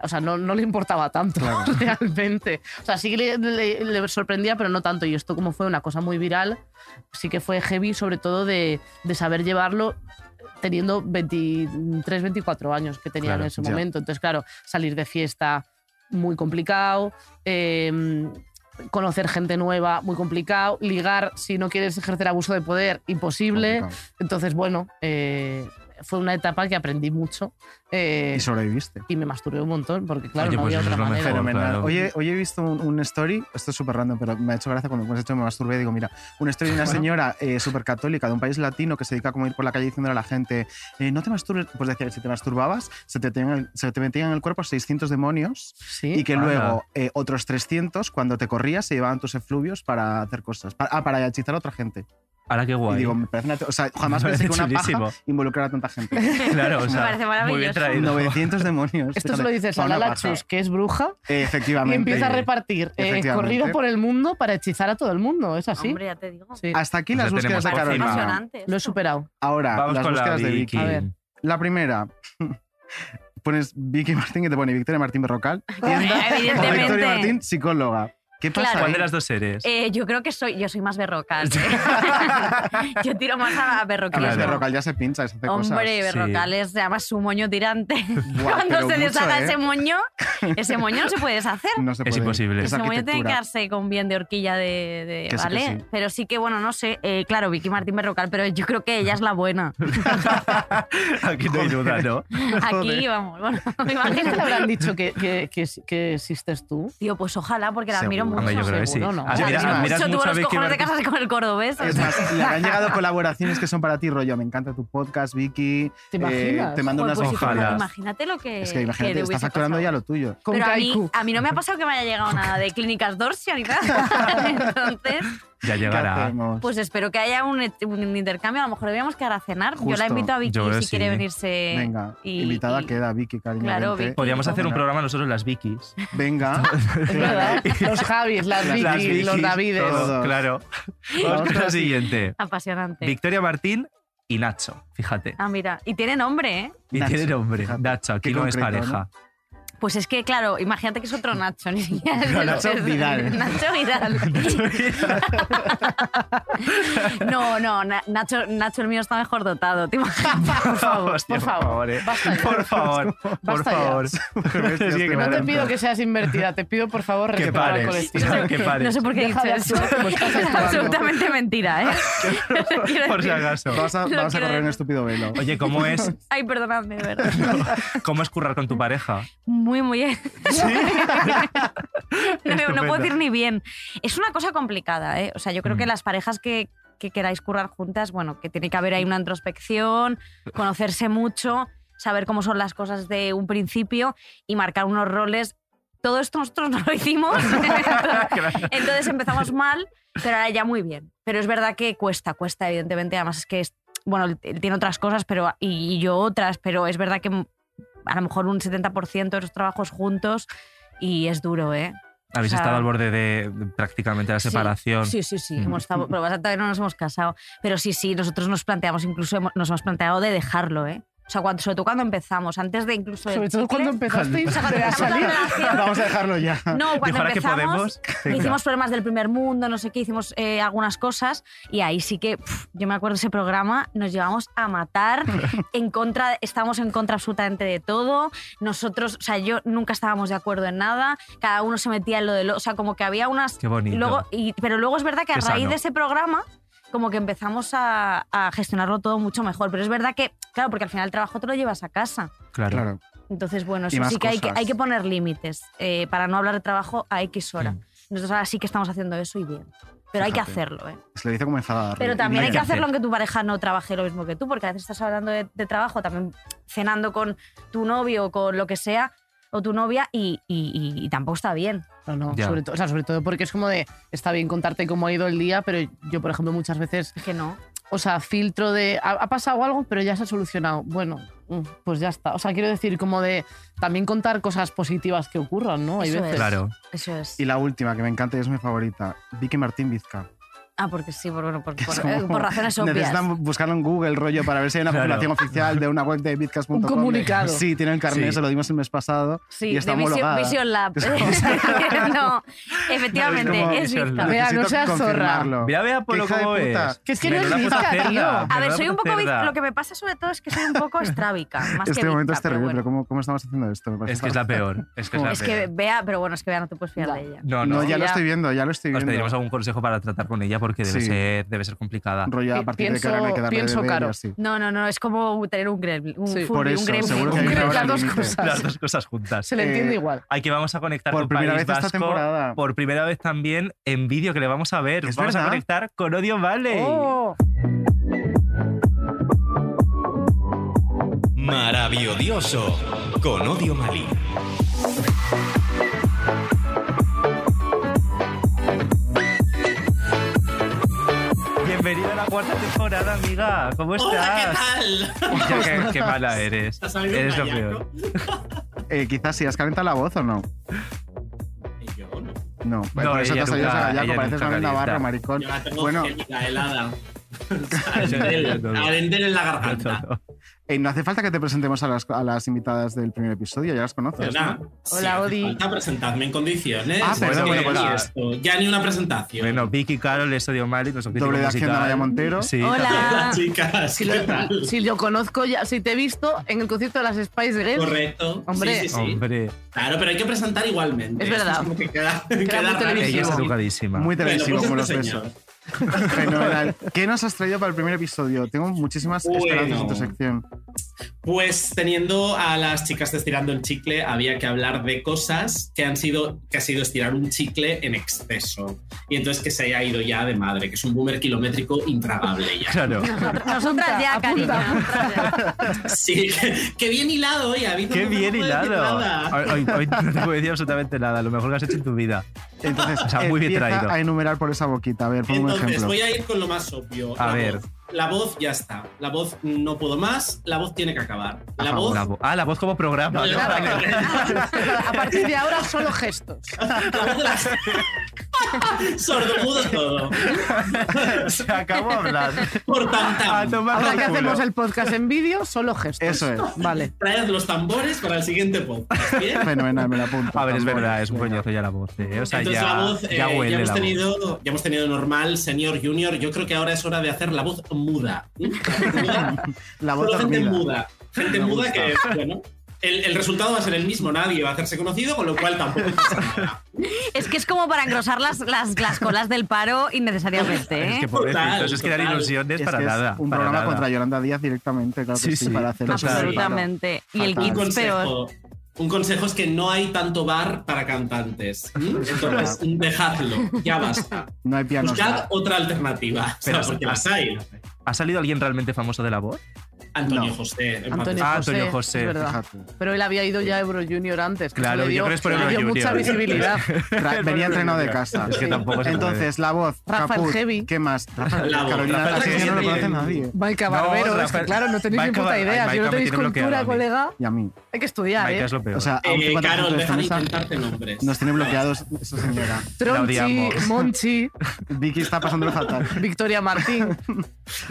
Speaker 6: O sea, no, no le importaba tanto realmente. O sea, sí que le, le- le sorprendía, pero no tanto. Y esto, como fue una cosa muy viral, sí que fue heavy, sobre todo de, de saber llevarlo teniendo 23, 24 años que tenía
Speaker 12: Claro,
Speaker 6: en ese
Speaker 12: ya.
Speaker 6: momento. Entonces, claro, salir de fiesta muy complicado, eh, conocer gente nueva muy complicado, ligar si no quieres ejercer abuso de poder, imposible. Entonces, bueno, eh, fue una etapa que aprendí mucho. eh,
Speaker 3: Y sobreviviste.
Speaker 6: y me masturbé un montón, porque claro,
Speaker 4: Oye,
Speaker 6: no
Speaker 4: pues
Speaker 6: había
Speaker 4: eso
Speaker 6: otra
Speaker 4: es lo
Speaker 6: manera.
Speaker 4: mejor,
Speaker 3: Fenomenal.
Speaker 4: claro.
Speaker 3: Oye, hoy he visto un, un story, esto es súper random, pero me ha hecho gracia cuando me has hecho me masturbé y digo, mira, un story de una señora súper católica de un país latino que se dedica como a ir por la calle diciéndole a la gente, eh, no te masturbes, pues decía que si te masturbabas se te, tenían el- se te metían en el cuerpo 600 demonios y que
Speaker 4: Anda.
Speaker 3: luego eh, otros 300 cuando te corrías se llevaban tus efluvios para hacer cosas, para, ah, para hechizar a otra gente.
Speaker 4: Ahora qué guay.
Speaker 3: Y digo, me parece una- o sea, jamás
Speaker 4: Me
Speaker 3: pensé que
Speaker 4: parece
Speaker 3: una
Speaker 4: chulísimo.
Speaker 3: paja involucrara a tanta gente.
Speaker 4: Claro, o
Speaker 3: Me
Speaker 4: sea,
Speaker 3: parece
Speaker 4: muy bien
Speaker 3: maravilloso.
Speaker 4: traído.
Speaker 3: 900 demonios.
Speaker 6: Esto se
Speaker 3: fíjate,
Speaker 6: lo dices a
Speaker 3: para una
Speaker 6: Lala
Speaker 3: paja.
Speaker 6: Chus, que es bruja,
Speaker 3: Eh,
Speaker 6: y
Speaker 3: Efectivamente.
Speaker 6: empieza a repartir eh,
Speaker 3: Efectivamente.
Speaker 6: corridos por el mundo para hechizar a todo el mundo. ¿Es así?
Speaker 5: Hombre, ya te digo.
Speaker 6: Sí.
Speaker 3: Hasta aquí las
Speaker 4: Pues ya
Speaker 3: búsquedas de
Speaker 4: tenemos
Speaker 3: Carolina.
Speaker 4: cocina.
Speaker 6: Lo he superado.
Speaker 3: Ahora,
Speaker 4: Vamos
Speaker 3: las
Speaker 4: con la
Speaker 3: búsquedas de
Speaker 4: Vicky.
Speaker 3: Vicky.
Speaker 4: A ver.
Speaker 3: La primera. Pones Vicky Martín, que te pone Victoria Martín Berrocal. Tienda, o
Speaker 5: Evidentemente.
Speaker 3: Victoria Martín, psicóloga. ¿Qué pasa?
Speaker 5: Claro.
Speaker 4: ¿Cuál de las dos eres?
Speaker 5: Eh, yo creo que soy, yo soy más berrocal. ¿eh? yo tiro más a berrocal.
Speaker 3: Hablas de Berrocal, ya se pincha, se hace cosas.
Speaker 5: Hombre, Berrocal es además su moño tirante.
Speaker 3: Buah, pero
Speaker 5: Cuando se
Speaker 3: mucho,
Speaker 5: deshaga
Speaker 3: ¿eh?
Speaker 5: ese moño, ese moño no se puede deshacer.
Speaker 3: No se
Speaker 4: Es
Speaker 3: puede.
Speaker 4: imposible.
Speaker 3: Es
Speaker 5: Ese moño tiene que
Speaker 3: arquitectura.
Speaker 5: quedarse con bien de horquilla de, de-
Speaker 3: Que sí, que
Speaker 5: ¿vale?
Speaker 3: sí.
Speaker 5: Pero sí que, bueno, no sé. eh, claro, Vicky Martín Berrocal, pero yo creo que ella es la buena.
Speaker 4: Aquí no hay duda, ¿no?
Speaker 5: Aquí, vamos. Bueno,
Speaker 6: ¿A quién te le
Speaker 5: imagínate.
Speaker 6: habrán dicho que, que, que, que existes tú?
Speaker 5: Tío, pues ojalá, porque la
Speaker 6: Seguro.
Speaker 5: admiro mucho.
Speaker 4: Hombre, yo creo que sí.
Speaker 6: Seguro, no.
Speaker 4: Admira-
Speaker 3: Ya, es más,
Speaker 4: admiras
Speaker 5: Yo tuve
Speaker 4: mucho a
Speaker 5: los
Speaker 4: Vicky
Speaker 5: cojones de
Speaker 4: Martín.
Speaker 5: casarse con el cordobés. o
Speaker 3: Es
Speaker 5: sea.
Speaker 3: más, le han llegado colaboraciones que son para ti, rollo. Me encanta tu podcast, Vicky. eh,
Speaker 6: ¿Te imaginas?
Speaker 3: te mando
Speaker 5: Joder,
Speaker 3: unas
Speaker 5: pues sí, pero
Speaker 3: hojalas.
Speaker 5: Imagínate lo que.
Speaker 3: Es que
Speaker 5: que
Speaker 3: imagínate,
Speaker 5: le
Speaker 3: está
Speaker 5: hubiese
Speaker 3: facturando
Speaker 5: pasado.
Speaker 3: ya lo tuyo.
Speaker 5: Pero a mí, a mí no me ha pasado que me haya llegado nada de clínicas Dorsia ni nada. Entonces,
Speaker 4: Ya
Speaker 3: ¿Qué
Speaker 4: llegará.
Speaker 3: hacemos?
Speaker 5: pues espero que haya un, et- un intercambio. A lo mejor deberíamos quedar a cenar. Yo
Speaker 3: Justo.
Speaker 5: la invito a Vicky
Speaker 4: Yo creo
Speaker 5: si
Speaker 4: que sí.
Speaker 5: quiere venirse.
Speaker 3: Venga,
Speaker 5: eh, y-
Speaker 3: invitada
Speaker 5: y-
Speaker 3: queda Vicky, cariño.
Speaker 5: Claro,
Speaker 3: vente.
Speaker 5: Vicky.
Speaker 4: Podríamos hacer un programa nosotros las Vickys.
Speaker 3: Venga.
Speaker 6: Es verdad. Los Javis, las
Speaker 4: Las
Speaker 6: Vicky, los
Speaker 4: Vickys,
Speaker 6: Davides.
Speaker 4: todo, Claro. Vamos con la siguiente.
Speaker 5: Apasionante.
Speaker 4: Victoria Martín y Nacho, fíjate.
Speaker 5: Ah, mira. Y tiene nombre, ¿eh?
Speaker 4: Y
Speaker 3: Nacho,
Speaker 4: tiene nombre,
Speaker 3: fíjate.
Speaker 4: Nacho, aquí
Speaker 3: Qué
Speaker 4: no es
Speaker 3: concreto,
Speaker 4: pareja.
Speaker 5: Pues es que, claro, imagínate que es otro Nacho, ni siquiera es
Speaker 3: No,
Speaker 5: el-
Speaker 3: Nacho
Speaker 5: es-
Speaker 3: Vidal.
Speaker 5: Nacho Vidal. no, no, Na- Nacho, Nacho el mío está mejor dotado, te imaginas. Por favor,
Speaker 4: Hostia,
Speaker 5: por favor.
Speaker 4: eh.
Speaker 6: Basta ya.
Speaker 4: Por favor, por
Speaker 6: Basta ya.
Speaker 4: favor.
Speaker 5: este
Speaker 4: Es que
Speaker 6: No te
Speaker 4: claro.
Speaker 6: pido que seas invertida, te pido por favor
Speaker 4: Que
Speaker 6: respetar al
Speaker 4: pares.
Speaker 6: colectivo.
Speaker 4: Que pares.
Speaker 5: No sé por qué he
Speaker 6: Deja
Speaker 5: dicho
Speaker 6: de
Speaker 5: eso.
Speaker 6: actuar como estás
Speaker 5: Es
Speaker 6: actuando.
Speaker 5: absolutamente mentira, ¿eh? Quiero
Speaker 4: Por si
Speaker 5: decir-
Speaker 4: acaso.
Speaker 3: Vamos a,
Speaker 5: Lo
Speaker 3: vamos a
Speaker 5: quiero
Speaker 3: correr un estúpido velo.
Speaker 4: Oye, ¿cómo es,
Speaker 5: Ay, perdonadme, de verdad.
Speaker 4: ¿cómo es currar con tu pareja?
Speaker 5: Muy, muy bien. no, no
Speaker 4: Estupendo.
Speaker 5: puedo decir ni bien. Es una cosa complicada, ¿eh? O sea, yo creo que las parejas que, que queráis currar juntas, bueno, que tiene que haber ahí una introspección, conocerse mucho, saber cómo son las cosas de un principio y marcar unos roles. Todo esto nosotros no lo hicimos. Entonces empezamos mal, pero ahora ya muy bien. Pero es verdad que cuesta, cuesta, evidentemente. Además es que, es, bueno, él- él tiene otras cosas pero y, y yo otras, pero es verdad que a lo mejor un 70% de los trabajos juntos y es duro, ¿eh?
Speaker 4: Habéis
Speaker 5: O sea,
Speaker 4: estado al borde de de prácticamente la
Speaker 5: sí,
Speaker 4: separación.
Speaker 5: Sí, sí, sí.
Speaker 4: Mm.
Speaker 5: Hemos estado, pero vas a todavía no nos hemos casado. Pero sí, sí, nosotros nos planteamos, incluso hemos- nos hemos planteado de dejarlo, ¿eh? O sea, cuando, sobre todo cuando empezamos, antes de incluso... del
Speaker 6: Sobre todo
Speaker 5: chicle.
Speaker 6: cuando empezasteis a salir.
Speaker 3: Vamos a dejarlo ya.
Speaker 5: No, cuando
Speaker 4: ahora que
Speaker 5: empezamos,
Speaker 4: podemos, venga.
Speaker 5: hicimos problemas del primer mundo, no sé qué, hicimos eh, algunas cosas y ahí sí que, pf, yo me acuerdo de ese programa, nos llevamos a matar, en contra, estábamos en contra absolutamente de todo, nosotros, o sea, yo nunca estábamos de acuerdo en nada, cada uno se metía en lo de lo, o sea, como que había unas...
Speaker 4: Qué bonito.
Speaker 5: Luego, y- pero luego es verdad que a
Speaker 4: Qué
Speaker 5: raíz
Speaker 4: sano.
Speaker 5: de ese programa como que empezamos a, a gestionarlo todo mucho mejor, pero es verdad que, claro, porque al final el trabajo te lo llevas a casa.
Speaker 4: Claro.
Speaker 5: Entonces, bueno,
Speaker 4: Y
Speaker 5: eso
Speaker 4: más
Speaker 5: sí que hay, que
Speaker 4: cosas.
Speaker 5: hay que poner límites eh, para no hablar de trabajo a X hora.
Speaker 4: Mm.
Speaker 5: Nosotros ahora sí que estamos haciendo eso y bien. Pero hay que
Speaker 3: Fíjate.
Speaker 5: hacerlo, ¿eh?
Speaker 3: Se lo dice como enfadada.
Speaker 5: Pero
Speaker 3: Rubén.
Speaker 5: también hay que hacerlo
Speaker 3: hacer.
Speaker 5: aunque tu pareja no trabaje lo mismo que tú, porque a veces estás hablando de, de trabajo, también cenando con tu novio o con lo que sea, o tu novia, y, y- y- y tampoco está bien.
Speaker 6: No, no,
Speaker 5: Ya.
Speaker 6: sobre, todo, o sea, sobre todo porque es como de, está bien contarte cómo ha ido el día, pero yo, por ejemplo, muchas veces...
Speaker 5: que no.
Speaker 6: O sea, filtro de, ha, ha pasado algo, pero ya se ha solucionado. Bueno, mm, pues ya está. O sea, quiero decir, como de también contar cosas positivas que ocurran, ¿no? Hay
Speaker 5: Eso
Speaker 6: veces.
Speaker 5: es. Claro. Eso es.
Speaker 3: Y la última, que me encanta y es mi favorita. Vicky Martín Vizca.
Speaker 5: Ah, porque sí, por, bueno, por, por-
Speaker 3: Es como-
Speaker 5: eh, por razones obvias.
Speaker 3: Necesitan buscarlo en Google, rollo, para ver si hay una
Speaker 4: Claro.
Speaker 3: publicación oficial de una web de bitcast.com.
Speaker 6: Un comunicado.
Speaker 3: Sí, tiene el carnet,
Speaker 4: Sí.
Speaker 3: se lo dimos el mes pasado.
Speaker 5: Sí,
Speaker 3: y está
Speaker 5: de Vision-
Speaker 3: homologada.
Speaker 5: Vision Lab. no, efectivamente,
Speaker 3: como-
Speaker 5: es bizca.
Speaker 6: Vea, no
Speaker 3: Necesito
Speaker 6: seas zorra.
Speaker 3: confirmarlo.
Speaker 4: Vea, vea por
Speaker 3: Qué
Speaker 4: lo
Speaker 3: hija de
Speaker 4: cómo
Speaker 3: puta.
Speaker 4: es.
Speaker 6: Que es que no es
Speaker 4: Menuda
Speaker 6: bizca,
Speaker 4: puta
Speaker 6: tío.
Speaker 4: cerda,
Speaker 5: A ver,
Speaker 4: menuda
Speaker 5: soy un
Speaker 4: puta
Speaker 5: poco. biz-
Speaker 4: cerda.
Speaker 5: Lo que me pasa sobre todo es que soy un poco estrábica. Más
Speaker 3: Este
Speaker 5: que
Speaker 3: momento
Speaker 5: bizca,
Speaker 3: es terrible,
Speaker 5: pero bueno.
Speaker 3: pero ¿cómo, cómo estamos haciendo esto? Me parece
Speaker 4: Es que es la peor. Es que es la
Speaker 5: Es que
Speaker 4: peor.
Speaker 5: vea, pero bueno, es que vea, no te puedes fiar de ella.
Speaker 4: No, no.
Speaker 3: No, ya lo estoy viendo, ya lo estoy
Speaker 4: Os pediremos
Speaker 3: viendo.
Speaker 4: algún consejo para tratar con ella porque debe,
Speaker 3: Sí.
Speaker 4: ser, debe ser complicada.
Speaker 3: Rollo, a
Speaker 6: Pi-
Speaker 3: partir de que
Speaker 6: pienso-
Speaker 3: ahora hay que darle
Speaker 6: pienso
Speaker 3: de beber y
Speaker 6: caro.
Speaker 3: así.
Speaker 5: No, no, no, es como tener un gremlin. Un
Speaker 6: Sí.
Speaker 5: furry,
Speaker 3: Por eso,
Speaker 5: un gremlin.
Speaker 3: seguro que hay
Speaker 5: Un
Speaker 3: una
Speaker 5: gremlin.
Speaker 3: hora
Speaker 6: Las dos
Speaker 3: límite.
Speaker 6: cosas.
Speaker 4: Las dos cosas juntas.
Speaker 6: Se le
Speaker 3: Eh,
Speaker 6: entiende igual.
Speaker 4: Aquí vamos a conectar
Speaker 3: Por
Speaker 4: con
Speaker 3: primera
Speaker 4: País
Speaker 3: vez esta
Speaker 4: Vasco,
Speaker 3: temporada.
Speaker 4: Por primera vez también en vídeo que le vamos a ver.
Speaker 3: Es
Speaker 4: vamos a
Speaker 3: verdad.
Speaker 4: conectar con Odio Valley.
Speaker 6: Oh,
Speaker 2: Maravilloso con Odio Malí.
Speaker 4: Bienvenida a la cuarta temporada, amiga. ¿Cómo estás? Yo, qué, qué mala eres.
Speaker 12: ¿Has salido un
Speaker 4: Eres lo
Speaker 12: gallaco?
Speaker 4: peor.
Speaker 3: Eh, quizás sí, ¿has calentado la voz o no? No, pues
Speaker 4: No,
Speaker 3: por eso te
Speaker 4: ella
Speaker 3: has salido
Speaker 4: nunca-
Speaker 3: esa gallaco,
Speaker 4: ella
Speaker 3: pareces
Speaker 4: nunca
Speaker 3: Manuel
Speaker 4: calienta.
Speaker 3: Navarro, maricón.
Speaker 12: Yo la tengo
Speaker 3: Bueno,
Speaker 12: gélida, helada. Adender en la
Speaker 4: Ah,
Speaker 12: garganta.
Speaker 3: eh, no hace falta que te presentemos a las, a las invitadas del primer episodio, ya las conoces.
Speaker 12: Hola,
Speaker 6: Hola, Odi.
Speaker 12: Falta presentarme en condiciones.
Speaker 3: Ah, pero
Speaker 12: Es
Speaker 3: bueno,
Speaker 12: que
Speaker 3: bueno,
Speaker 12: aquí
Speaker 3: pues-
Speaker 12: esto, Ya ni una presentación.
Speaker 4: Bueno, Vicky Carol es Odio Malí, nuestro crítico
Speaker 3: Doble de
Speaker 4: musical.
Speaker 3: Hacienda Maya Montero.
Speaker 4: Sí,
Speaker 6: Hola.
Speaker 12: Chicas,
Speaker 6: Si
Speaker 12: ¿qué
Speaker 6: lo,
Speaker 12: tal?
Speaker 6: si lo conozco ya, si te he visto en el concierto de las Spice Girls.
Speaker 12: Correcto.
Speaker 6: Hombre.
Speaker 12: Sí, sí, sí.
Speaker 4: Hombre,
Speaker 12: Claro, pero hay que presentar igualmente.
Speaker 6: Es verdad.
Speaker 12: Esto como que queda,
Speaker 6: muy
Speaker 12: queda raro.
Speaker 4: ella es
Speaker 6: televisivo.
Speaker 4: educadísima.
Speaker 3: Muy
Speaker 12: Bueno,
Speaker 3: televisivo,
Speaker 12: pues
Speaker 3: como los
Speaker 12: este
Speaker 3: besos.
Speaker 12: señor.
Speaker 3: Fenomenal. ¿Qué nos has traído para el primer episodio? Tengo muchísimas
Speaker 12: Bueno.
Speaker 3: esperanzas en tu sección.
Speaker 12: Pues teniendo a las chicas de estirando el chicle, había que hablar de cosas que han sido, que ha sido estirar un chicle en exceso. Y entonces que se ha ido ya de madre, que es un boomer kilométrico intragable ya.
Speaker 4: claro.
Speaker 5: Nosotras ya, cariño.
Speaker 6: apunta.
Speaker 5: nosotras ya.
Speaker 12: Sí, que, que bien hilado, hoy ha habido.
Speaker 4: Qué
Speaker 12: no
Speaker 4: bien
Speaker 12: puedo decir
Speaker 4: hilado.
Speaker 12: nada.
Speaker 4: Hoy, hoy- hoy no te puedo decir absolutamente nada. Lo mejor que has hecho en tu vida.
Speaker 3: Entonces,
Speaker 4: O sea, muy bien
Speaker 3: empieza
Speaker 4: traído.
Speaker 3: a enumerar por esa boquita. A ver, pongo un
Speaker 12: Entonces,
Speaker 3: ejemplo.
Speaker 12: voy a ir con lo más obvio.
Speaker 4: A
Speaker 12: la
Speaker 4: ver.
Speaker 12: voz. La voz ya está. La voz no puedo más. La voz tiene que acabar. La
Speaker 3: Ajá,
Speaker 12: voz.
Speaker 4: La vo- ah, la voz como programa. ¿no?
Speaker 12: la-
Speaker 6: A partir de ahora solo gestos.
Speaker 12: la voz de la- Sordomudo todo.
Speaker 3: Se acabó hablar.
Speaker 12: Por
Speaker 3: Ah,
Speaker 12: tanta.
Speaker 6: Ahora que hacemos el podcast en vídeo, solo gestos.
Speaker 3: Eso es.
Speaker 6: Vale.
Speaker 12: Traed los tambores para el siguiente podcast. ¿bien?
Speaker 3: Fenomenal, me la apunto.
Speaker 4: A ver, es verdad, es un coñazo ya la voz. eh. O sea,
Speaker 12: Entonces
Speaker 4: ya,
Speaker 12: la voz, eh,
Speaker 4: ya
Speaker 12: ya,
Speaker 4: huele
Speaker 12: hemos
Speaker 4: la voz.
Speaker 12: tenido, ya hemos tenido normal, senior, junior. Yo creo que ahora es hora de hacer la voz muda.
Speaker 3: La voz
Speaker 12: Solo gente
Speaker 3: dormida.
Speaker 12: muda. Gente
Speaker 3: Me
Speaker 12: muda
Speaker 3: gusta.
Speaker 12: que, bueno, el, el resultado va a ser el mismo. Nadie va a hacerse conocido, con lo cual tampoco pasa nada.
Speaker 5: Es que es como para engrosar las, las, las colas del paro innecesariamente. ¿eh?
Speaker 4: Es que pobrecitos, es que dan
Speaker 3: total.
Speaker 4: ilusiones
Speaker 3: Es
Speaker 4: para
Speaker 3: que es
Speaker 4: nada.
Speaker 3: un
Speaker 4: para
Speaker 3: programa
Speaker 4: nada.
Speaker 3: contra Yolanda Díaz directamente, claro que
Speaker 4: Sí,
Speaker 3: sí,
Speaker 4: sí,
Speaker 3: para hacerlo.
Speaker 4: total.
Speaker 5: Absolutamente. Y el
Speaker 3: Fatal.
Speaker 5: kit es peor.
Speaker 12: Un consejo es que no hay tanto bar para cantantes. ¿m? Entonces, dejadlo. Ya basta.
Speaker 3: No hay pianos.
Speaker 12: Buscad Pues otra alternativa. o sea,
Speaker 4: Pero-
Speaker 12: porque las hay.
Speaker 4: ¿Ha salido alguien realmente famoso de la voz?
Speaker 12: Antonio
Speaker 4: No.
Speaker 12: José. en
Speaker 6: Antonio
Speaker 4: Ah,
Speaker 6: José.
Speaker 4: Antonio
Speaker 6: es
Speaker 4: José.
Speaker 6: verdad. Pero él había ido ya a Euro Junior antes. que
Speaker 4: Claro,
Speaker 6: eso le dio,
Speaker 4: yo creo que es por
Speaker 6: le
Speaker 4: Euro
Speaker 6: dio
Speaker 4: Junior.
Speaker 6: mucha visibilidad.
Speaker 3: Tra- Venía entrenado de casa.
Speaker 4: Es que tampoco se
Speaker 3: Entonces, la voz.
Speaker 6: Rafael
Speaker 3: Caput,
Speaker 6: Heavy.
Speaker 3: ¿Qué más? Rafael,
Speaker 4: La voz,
Speaker 3: Carolina,
Speaker 4: Rafael
Speaker 3: así
Speaker 4: Heavy.
Speaker 3: no lo conoce
Speaker 12: Eh,
Speaker 3: nadie.
Speaker 6: Maika
Speaker 4: No,
Speaker 6: Barbero, es que
Speaker 4: Rafael-
Speaker 6: claro, no tenéis ni
Speaker 4: Maika
Speaker 6: puta
Speaker 4: Bar-
Speaker 6: idea.
Speaker 4: ay,
Speaker 6: Si no
Speaker 4: Maika me
Speaker 6: tenéis
Speaker 4: tiene bloqueado
Speaker 6: cultura,
Speaker 4: a mí.
Speaker 6: colega,
Speaker 3: Y a mí.
Speaker 6: hay que estudiar,
Speaker 4: Maika
Speaker 6: ¿eh?
Speaker 4: es lo peor.
Speaker 3: O sea,
Speaker 12: Eh,
Speaker 3: aunque cuando
Speaker 12: Carol,
Speaker 3: nosotros
Speaker 12: deja de
Speaker 3: estamos a-
Speaker 12: inventarte nombres.
Speaker 3: Nos tiene bloqueados esa señora.
Speaker 4: La
Speaker 6: Tronchi,
Speaker 4: odiamos.
Speaker 6: Monchi,
Speaker 3: Vicky está pasándolo fatal.
Speaker 6: Victoria Martín.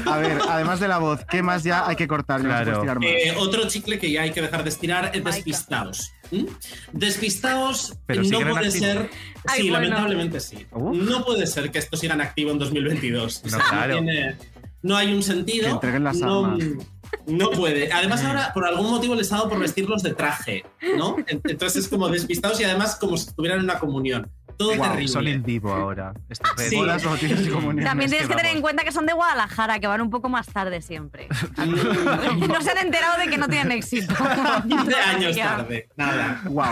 Speaker 3: A ver, además de la voz, ¿qué más ya hay que cortar? No se puede
Speaker 4: Claro.
Speaker 3: estirar más.
Speaker 12: Eh, otro chicle que ya hay que dejar de estirar es despistaos. ¿m? Despistaos no
Speaker 4: Pero siguen en
Speaker 12: puede
Speaker 4: activo.
Speaker 12: ser.
Speaker 5: Ay,
Speaker 12: sí,
Speaker 5: bueno.
Speaker 12: lamentablemente sí.
Speaker 4: Uf.
Speaker 12: No puede ser que esto siga en activo en 2022. O
Speaker 4: No,
Speaker 12: sea, no
Speaker 4: claro.
Speaker 12: tiene- no hay un sentido.
Speaker 3: Que entreguen las
Speaker 12: no,
Speaker 3: armas.
Speaker 12: no puede. Además, ahora por algún motivo les ha dado por vestirlos de traje, ¿no? En- Entonces es como despistados y además como si estuvieran en una comunión. Todo
Speaker 4: Guau,
Speaker 12: terrible.
Speaker 4: son el vivo ahora.
Speaker 12: Sí.
Speaker 4: Estupendo.
Speaker 3: Bodas, bautizos y comuniones.
Speaker 5: También tienes que tener en
Speaker 4: vamos.
Speaker 5: cuenta que son de Guadalajara, que van un poco más tarde siempre. No se han enterado de que no tienen éxito.
Speaker 12: 15 años tarde. Nada.
Speaker 3: Wow.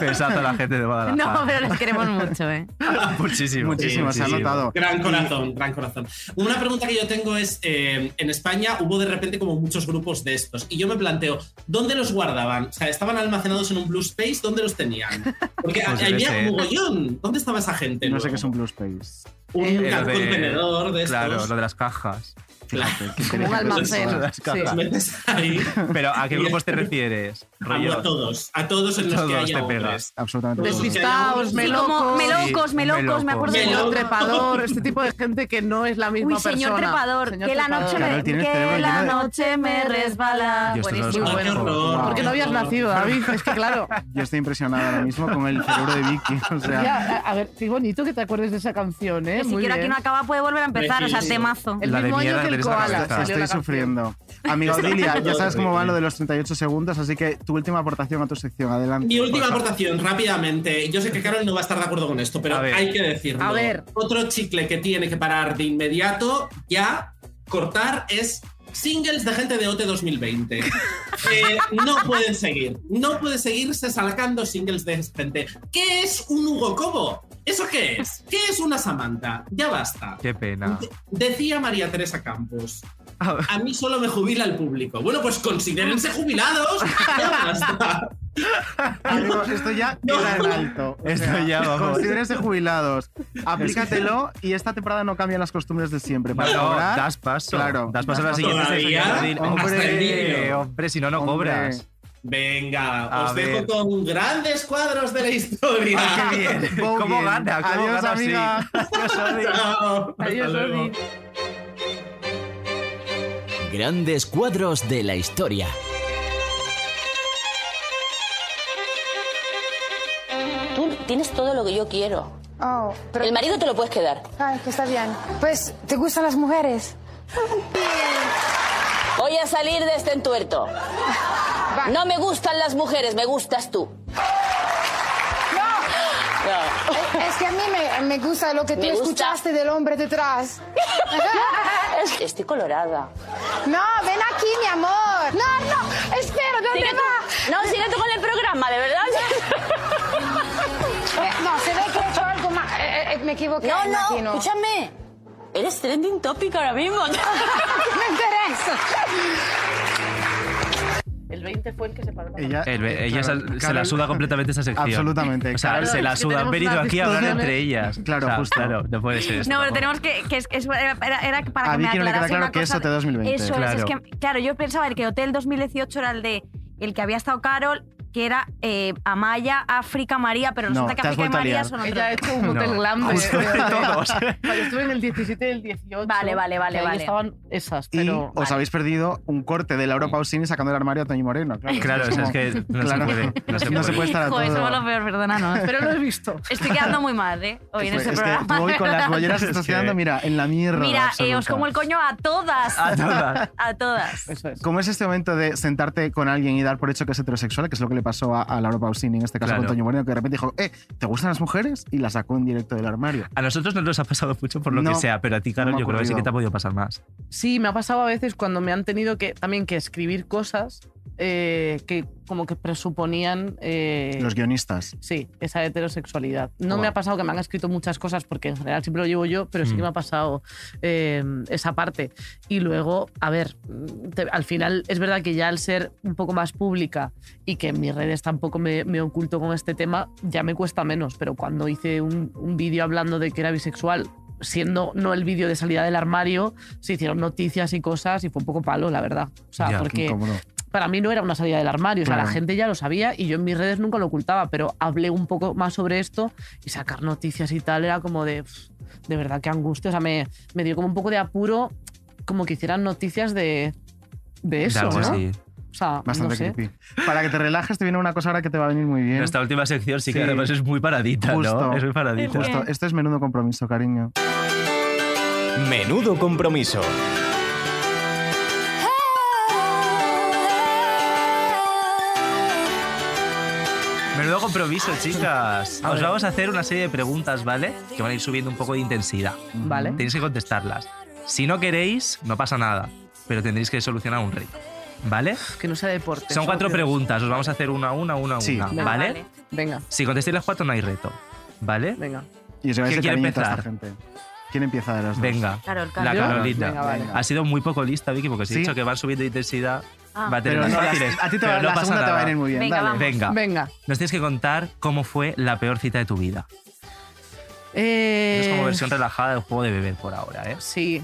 Speaker 4: Pesad a la gente de Guadalajara.
Speaker 5: No, pero les queremos mucho, ¿eh?
Speaker 4: Muchísimo.
Speaker 3: Muchísimo, se ha notado.
Speaker 12: Gran corazón, gran corazón. Una pregunta que yo tengo es, eh, en España hubo de repente como muchos grupos de estos y yo me planteo, ¿dónde los guardaban? O sea, ¿estaban almacenados en un blue space? ¿Dónde los tenían? Porque
Speaker 4: Pues debe
Speaker 12: había
Speaker 4: ser.
Speaker 12: mogollón. ¿Dónde estaba esa gente?
Speaker 3: No sé qué
Speaker 12: luego?
Speaker 3: es un Blue Space.
Speaker 12: Un
Speaker 4: Eh,
Speaker 12: ca-
Speaker 4: lo de-
Speaker 12: contenedor de estos.
Speaker 4: Claro, lo de las cajas.
Speaker 12: Claro.
Speaker 3: Qué
Speaker 6: Como un
Speaker 3: inteligente
Speaker 6: almacén.
Speaker 3: persona.
Speaker 4: Las
Speaker 6: Sí.
Speaker 12: Los
Speaker 4: cajas.
Speaker 12: metes ahí.
Speaker 4: Pero ¿a qué
Speaker 12: Bien.
Speaker 4: grupos te refieres?
Speaker 12: este A,
Speaker 4: Rollo-
Speaker 12: a todos, a todos en los que
Speaker 4: Todos
Speaker 12: haya
Speaker 3: este
Speaker 4: te
Speaker 12: hombres.
Speaker 3: Absolutamente.
Speaker 12: Pues
Speaker 3: todo.
Speaker 12: sí.
Speaker 6: Despistaos,
Speaker 5: Sí, como
Speaker 6: melocos,
Speaker 5: melocos,
Speaker 4: Sí,
Speaker 5: melocos,
Speaker 4: melocos.
Speaker 5: me acuerdo de
Speaker 12: Melocos.
Speaker 6: señor
Speaker 5: melocos.
Speaker 6: trepador, este tipo de gente que no es la misma
Speaker 5: Uy,
Speaker 6: persona.
Speaker 5: señor trepador,
Speaker 6: Señor
Speaker 5: que la
Speaker 6: trepador.
Speaker 5: noche
Speaker 3: Claro,
Speaker 5: me,
Speaker 3: tiene el
Speaker 5: que
Speaker 3: cerebro
Speaker 5: la
Speaker 3: lleno de-
Speaker 5: noche me resbala.
Speaker 4: Yo esto no lo
Speaker 5: Buenísimo.
Speaker 12: Ah,
Speaker 4: sabía.
Speaker 12: qué horror.
Speaker 3: Wow.
Speaker 6: Porque no habías nacido, David. Es que claro.
Speaker 3: Yo estoy impresionado ahora mismo con el cerebro de Vicky. O
Speaker 6: Ya,
Speaker 3: sea,
Speaker 6: a, a ver, qué bonito que te acuerdes de esa canción, ¿eh?
Speaker 5: Que si
Speaker 6: Muy
Speaker 5: quiero aquí
Speaker 6: bien.
Speaker 5: no acaba, puede volver a empezar. O sea,
Speaker 12: Perfectísimo.
Speaker 5: temazo.
Speaker 6: El
Speaker 4: La de
Speaker 6: mismo año
Speaker 4: mierda
Speaker 6: que
Speaker 4: que
Speaker 6: el
Speaker 4: tienes en la
Speaker 6: koala. salió
Speaker 4: cabeza.
Speaker 6: la
Speaker 3: estoy
Speaker 6: canción.
Speaker 3: sufriendo. Amiga Odilia, ya sabes cómo van lo de los 38 segundos, así que tu última aportación a tu sección. Adelante.
Speaker 12: Mi última
Speaker 3: Por favor.
Speaker 12: aportación, rápidamente. Yo sé que Carol no va a estar de acudo con esto, pero
Speaker 4: A ver.
Speaker 12: hay que decirlo.
Speaker 6: A ver.
Speaker 12: Otro chicle que tiene que parar de inmediato, ya cortar, es singles de gente de OT 2020. Eh, no pueden seguir. No puede seguirse sacando singles de gente. ¿Qué es un Hugo Cobo? ¿Eso qué es? ¿Qué es una Samantha? Ya basta.
Speaker 4: Qué pena.
Speaker 12: De- Decía María Teresa Campos. A mí solo me jubila el público. Bueno, pues considérense jubilados. Ya basta.
Speaker 3: Amigo, esto ya queda en alto. O
Speaker 4: Esto
Speaker 3: sea,
Speaker 4: ya, vamos.
Speaker 3: Considérense jubilados. Aplícatelo y esta temporada no cambian las costumbres de siempre. Para
Speaker 4: No, no,
Speaker 3: cobrar,
Speaker 4: das paso.
Speaker 3: Claro.
Speaker 4: Das paso a la siguiente
Speaker 12: ¿Todavía?
Speaker 4: sección.
Speaker 3: Hombre.
Speaker 4: Hasta el vídeo. hombre, si no, no
Speaker 3: Hombre.
Speaker 4: cobras.
Speaker 12: Venga,
Speaker 4: A
Speaker 12: os
Speaker 4: ver.
Speaker 12: dejo con grandes cuadros de la historia.
Speaker 4: Ah, qué bien.
Speaker 3: Bowie.
Speaker 4: ¿Cómo gana? ¿Cómo
Speaker 3: Adiós,
Speaker 4: gana así?
Speaker 3: amiga.
Speaker 4: Adiós, amiga.
Speaker 12: Chao. Hasta
Speaker 6: Adiós,
Speaker 12: luego.
Speaker 6: Odi.
Speaker 14: Grandes cuadros de la historia.
Speaker 15: Tú tienes todo lo que yo quiero.
Speaker 16: Oh,
Speaker 15: El marido te lo puedes quedar.
Speaker 16: Ay, Ah, que está bien. Pues, ¿te gustan las mujeres?
Speaker 15: Voy a salir de este entuerto. No me gustan las mujeres, me gustas tú. No.
Speaker 16: Eh, Es que a mí me, me gusta lo que tú
Speaker 15: Me gusta.
Speaker 16: escuchaste del hombre detrás.
Speaker 15: Es- Estoy colorada.
Speaker 16: No, Ah, ven aquí, mi amor. No, no, espera, ¿dónde
Speaker 15: Sigue tú.
Speaker 16: va?
Speaker 15: No, sigue tú con el programa, de verdad.
Speaker 16: Eh, no, se ve que he hecho algo más. Eh, eh, me equivoqué,
Speaker 15: No,
Speaker 16: imagino.
Speaker 15: no, escúchame. Eres trending topic ahora mismo.
Speaker 16: Me interesa.
Speaker 6: El 20 fue el que se paró. la
Speaker 3: Ella,
Speaker 4: El be- ella se-
Speaker 3: Claro,
Speaker 4: se, la suda completamente esa sección.
Speaker 3: Absolutamente,
Speaker 4: O sea,
Speaker 3: claro.
Speaker 4: se
Speaker 6: Es
Speaker 4: la
Speaker 6: que
Speaker 4: suda. Han
Speaker 6: tenemos
Speaker 4: venido
Speaker 6: unas
Speaker 4: aquí a hablar
Speaker 3: discusiones-
Speaker 4: entre ellas.
Speaker 3: Claro,
Speaker 4: O sea,
Speaker 3: justo.
Speaker 4: Claro, no puede ser. esto
Speaker 5: No, pero tenemos
Speaker 4: tampoco.
Speaker 5: que. que, es- que es- era, era para que
Speaker 3: A
Speaker 5: me
Speaker 3: Vicky no le queda
Speaker 5: aclarase
Speaker 3: claro
Speaker 5: una
Speaker 3: que es este
Speaker 5: cosa.
Speaker 3: OT 2020.
Speaker 5: Eso es, es
Speaker 4: Claro.
Speaker 5: que, claro, yo pensaba que Hotel 2018 era el de el que había estado Carol, que era eh, Amaya, África, María, pero
Speaker 3: No,
Speaker 5: resulta que
Speaker 3: te has
Speaker 5: África y
Speaker 3: vuelto a
Speaker 5: María
Speaker 3: liar.
Speaker 5: son otros.
Speaker 6: Ella ha hecho un hotel
Speaker 3: No,
Speaker 6: glam de-
Speaker 3: justo,
Speaker 6: de-
Speaker 3: todos.
Speaker 6: Yo estuve en el 17 y el 18.
Speaker 5: Vale, vale, vale,
Speaker 6: que ahí
Speaker 5: vale.
Speaker 6: estaban esas,
Speaker 3: Y
Speaker 6: pero...
Speaker 3: os habéis perdido un corte de Laura Pausini sacando del armario a Toñi Moreno. Claro,
Speaker 4: Claro, o sea, es que no se puede, no se puede.
Speaker 3: estar a
Speaker 5: Joder,
Speaker 3: todo.
Speaker 5: somos los peor, perdónanos.
Speaker 6: Pero lo he visto.
Speaker 5: Estoy quedando muy mal, ¿eh? Hoy en
Speaker 3: Es
Speaker 5: este
Speaker 3: que
Speaker 5: programa.
Speaker 3: tú hoy con las bolleras
Speaker 4: Es
Speaker 3: estás
Speaker 4: que-
Speaker 3: quedando, mira, en la mierda.
Speaker 5: Mira, eh, os
Speaker 3: absoluta. Ah.
Speaker 5: como el coño a todas.
Speaker 3: A todas.
Speaker 5: A todas.
Speaker 3: ¿Cómo es este momento de sentarte con alguien y dar por hecho que es heterosexual, que es lo que le pasó a, a Laura Pausini, en este caso
Speaker 4: Claro.
Speaker 3: con Toño Moreno, que de repente dijo, eh, ¿te gustan las mujeres? Y la sacó en directo del armario.
Speaker 4: A nosotros no nos ha pasado mucho por lo
Speaker 3: No,
Speaker 4: que sea, pero a ti, Carol,
Speaker 3: no me ha
Speaker 4: yo creo que sí
Speaker 3: ocurrido.
Speaker 4: que te ha podido pasar más.
Speaker 6: Sí, me ha pasado a veces cuando me han tenido que también que escribir cosas eh, que como que presuponían... eh,
Speaker 3: Los guionistas.
Speaker 6: Sí, esa heterosexualidad. No
Speaker 3: Guau.
Speaker 6: me ha pasado que me han escrito muchas cosas porque en general siempre lo llevo yo, pero sí que
Speaker 3: Mm.
Speaker 6: me ha pasado eh, esa parte. Y luego, a ver, mm, te- al final es verdad que ya al ser un poco más pública y que en mis redes tampoco me, me oculto con este tema, ya me cuesta menos, pero cuando hice un, un vídeo hablando de que era bisexual siendo no el vídeo de salida del armario, se hicieron noticias y cosas y fue un poco palo, la verdad. O sea,
Speaker 3: Ya,
Speaker 6: porque
Speaker 3: cómo no.
Speaker 6: para mí no era una salida del armario, o sea,
Speaker 3: Claro.
Speaker 6: la gente ya lo sabía y yo en mis redes nunca lo ocultaba, pero hablé un poco más sobre esto y sacar noticias y tal era como de, pf, de verdad, qué angustia, o sea, me, me dio como un poco de apuro como que hicieran noticias de, de eso,
Speaker 4: algo
Speaker 6: ¿no?
Speaker 4: así.
Speaker 6: O sea,
Speaker 3: Bastante
Speaker 6: no sé.
Speaker 3: creepy. Para que te relajes te viene una cosa ahora que te va a venir muy bien.
Speaker 4: Esta última sección sí que
Speaker 3: Sí.
Speaker 4: además es muy paradita,
Speaker 3: Justo.
Speaker 4: ¿no? Es muy paradita.
Speaker 3: Justo. Esto es menudo compromiso, cariño.
Speaker 2: Menudo compromiso.
Speaker 4: Menudo compromiso, chicas. Os vamos a hacer una serie de preguntas, ¿vale? Que van a ir subiendo un poco de intensidad.
Speaker 6: Vale.
Speaker 4: Tenéis que contestarlas. Si no queréis, no pasa nada, pero tendréis que solucionar un reto, ¿vale?
Speaker 6: Que no sea deporte.
Speaker 4: Son cuatro preguntas, os vamos a hacer una a una, una a
Speaker 3: Sí.
Speaker 4: una,
Speaker 6: Venga,
Speaker 4: ¿vale?
Speaker 6: Venga,
Speaker 4: Si contestáis las cuatro no hay reto, ¿vale?
Speaker 6: venga.
Speaker 3: Y os lleváis
Speaker 4: ¿Quién
Speaker 3: el
Speaker 4: quiere
Speaker 3: cariñito a esta
Speaker 4: empezar?
Speaker 3: gente. ¿Quién empieza de las dos?
Speaker 4: Venga,
Speaker 5: Carol,
Speaker 4: la
Speaker 5: Carol.
Speaker 3: ¿Yo?
Speaker 4: Carolita.
Speaker 3: Venga, vale.
Speaker 4: Ha sido muy poco lista, Vicky, porque os he
Speaker 3: ¿Sí?
Speaker 4: dicho que van subiendo de intensidad.
Speaker 5: Ah.
Speaker 4: Va a tener
Speaker 3: Pero
Speaker 4: más
Speaker 3: no, la-
Speaker 4: fáciles.
Speaker 3: a ti te va-
Speaker 4: pero no
Speaker 3: la
Speaker 4: pasa
Speaker 3: segunda te va a
Speaker 4: nada.
Speaker 3: venir muy bien, Venga, dale. vamos.
Speaker 4: Venga.
Speaker 6: Venga.
Speaker 4: Nos tienes que contar cómo fue la peor cita de tu vida. Es
Speaker 6: Eh,
Speaker 4: como versión relajada del juego de beber por ahora, ¿eh?
Speaker 6: Sí.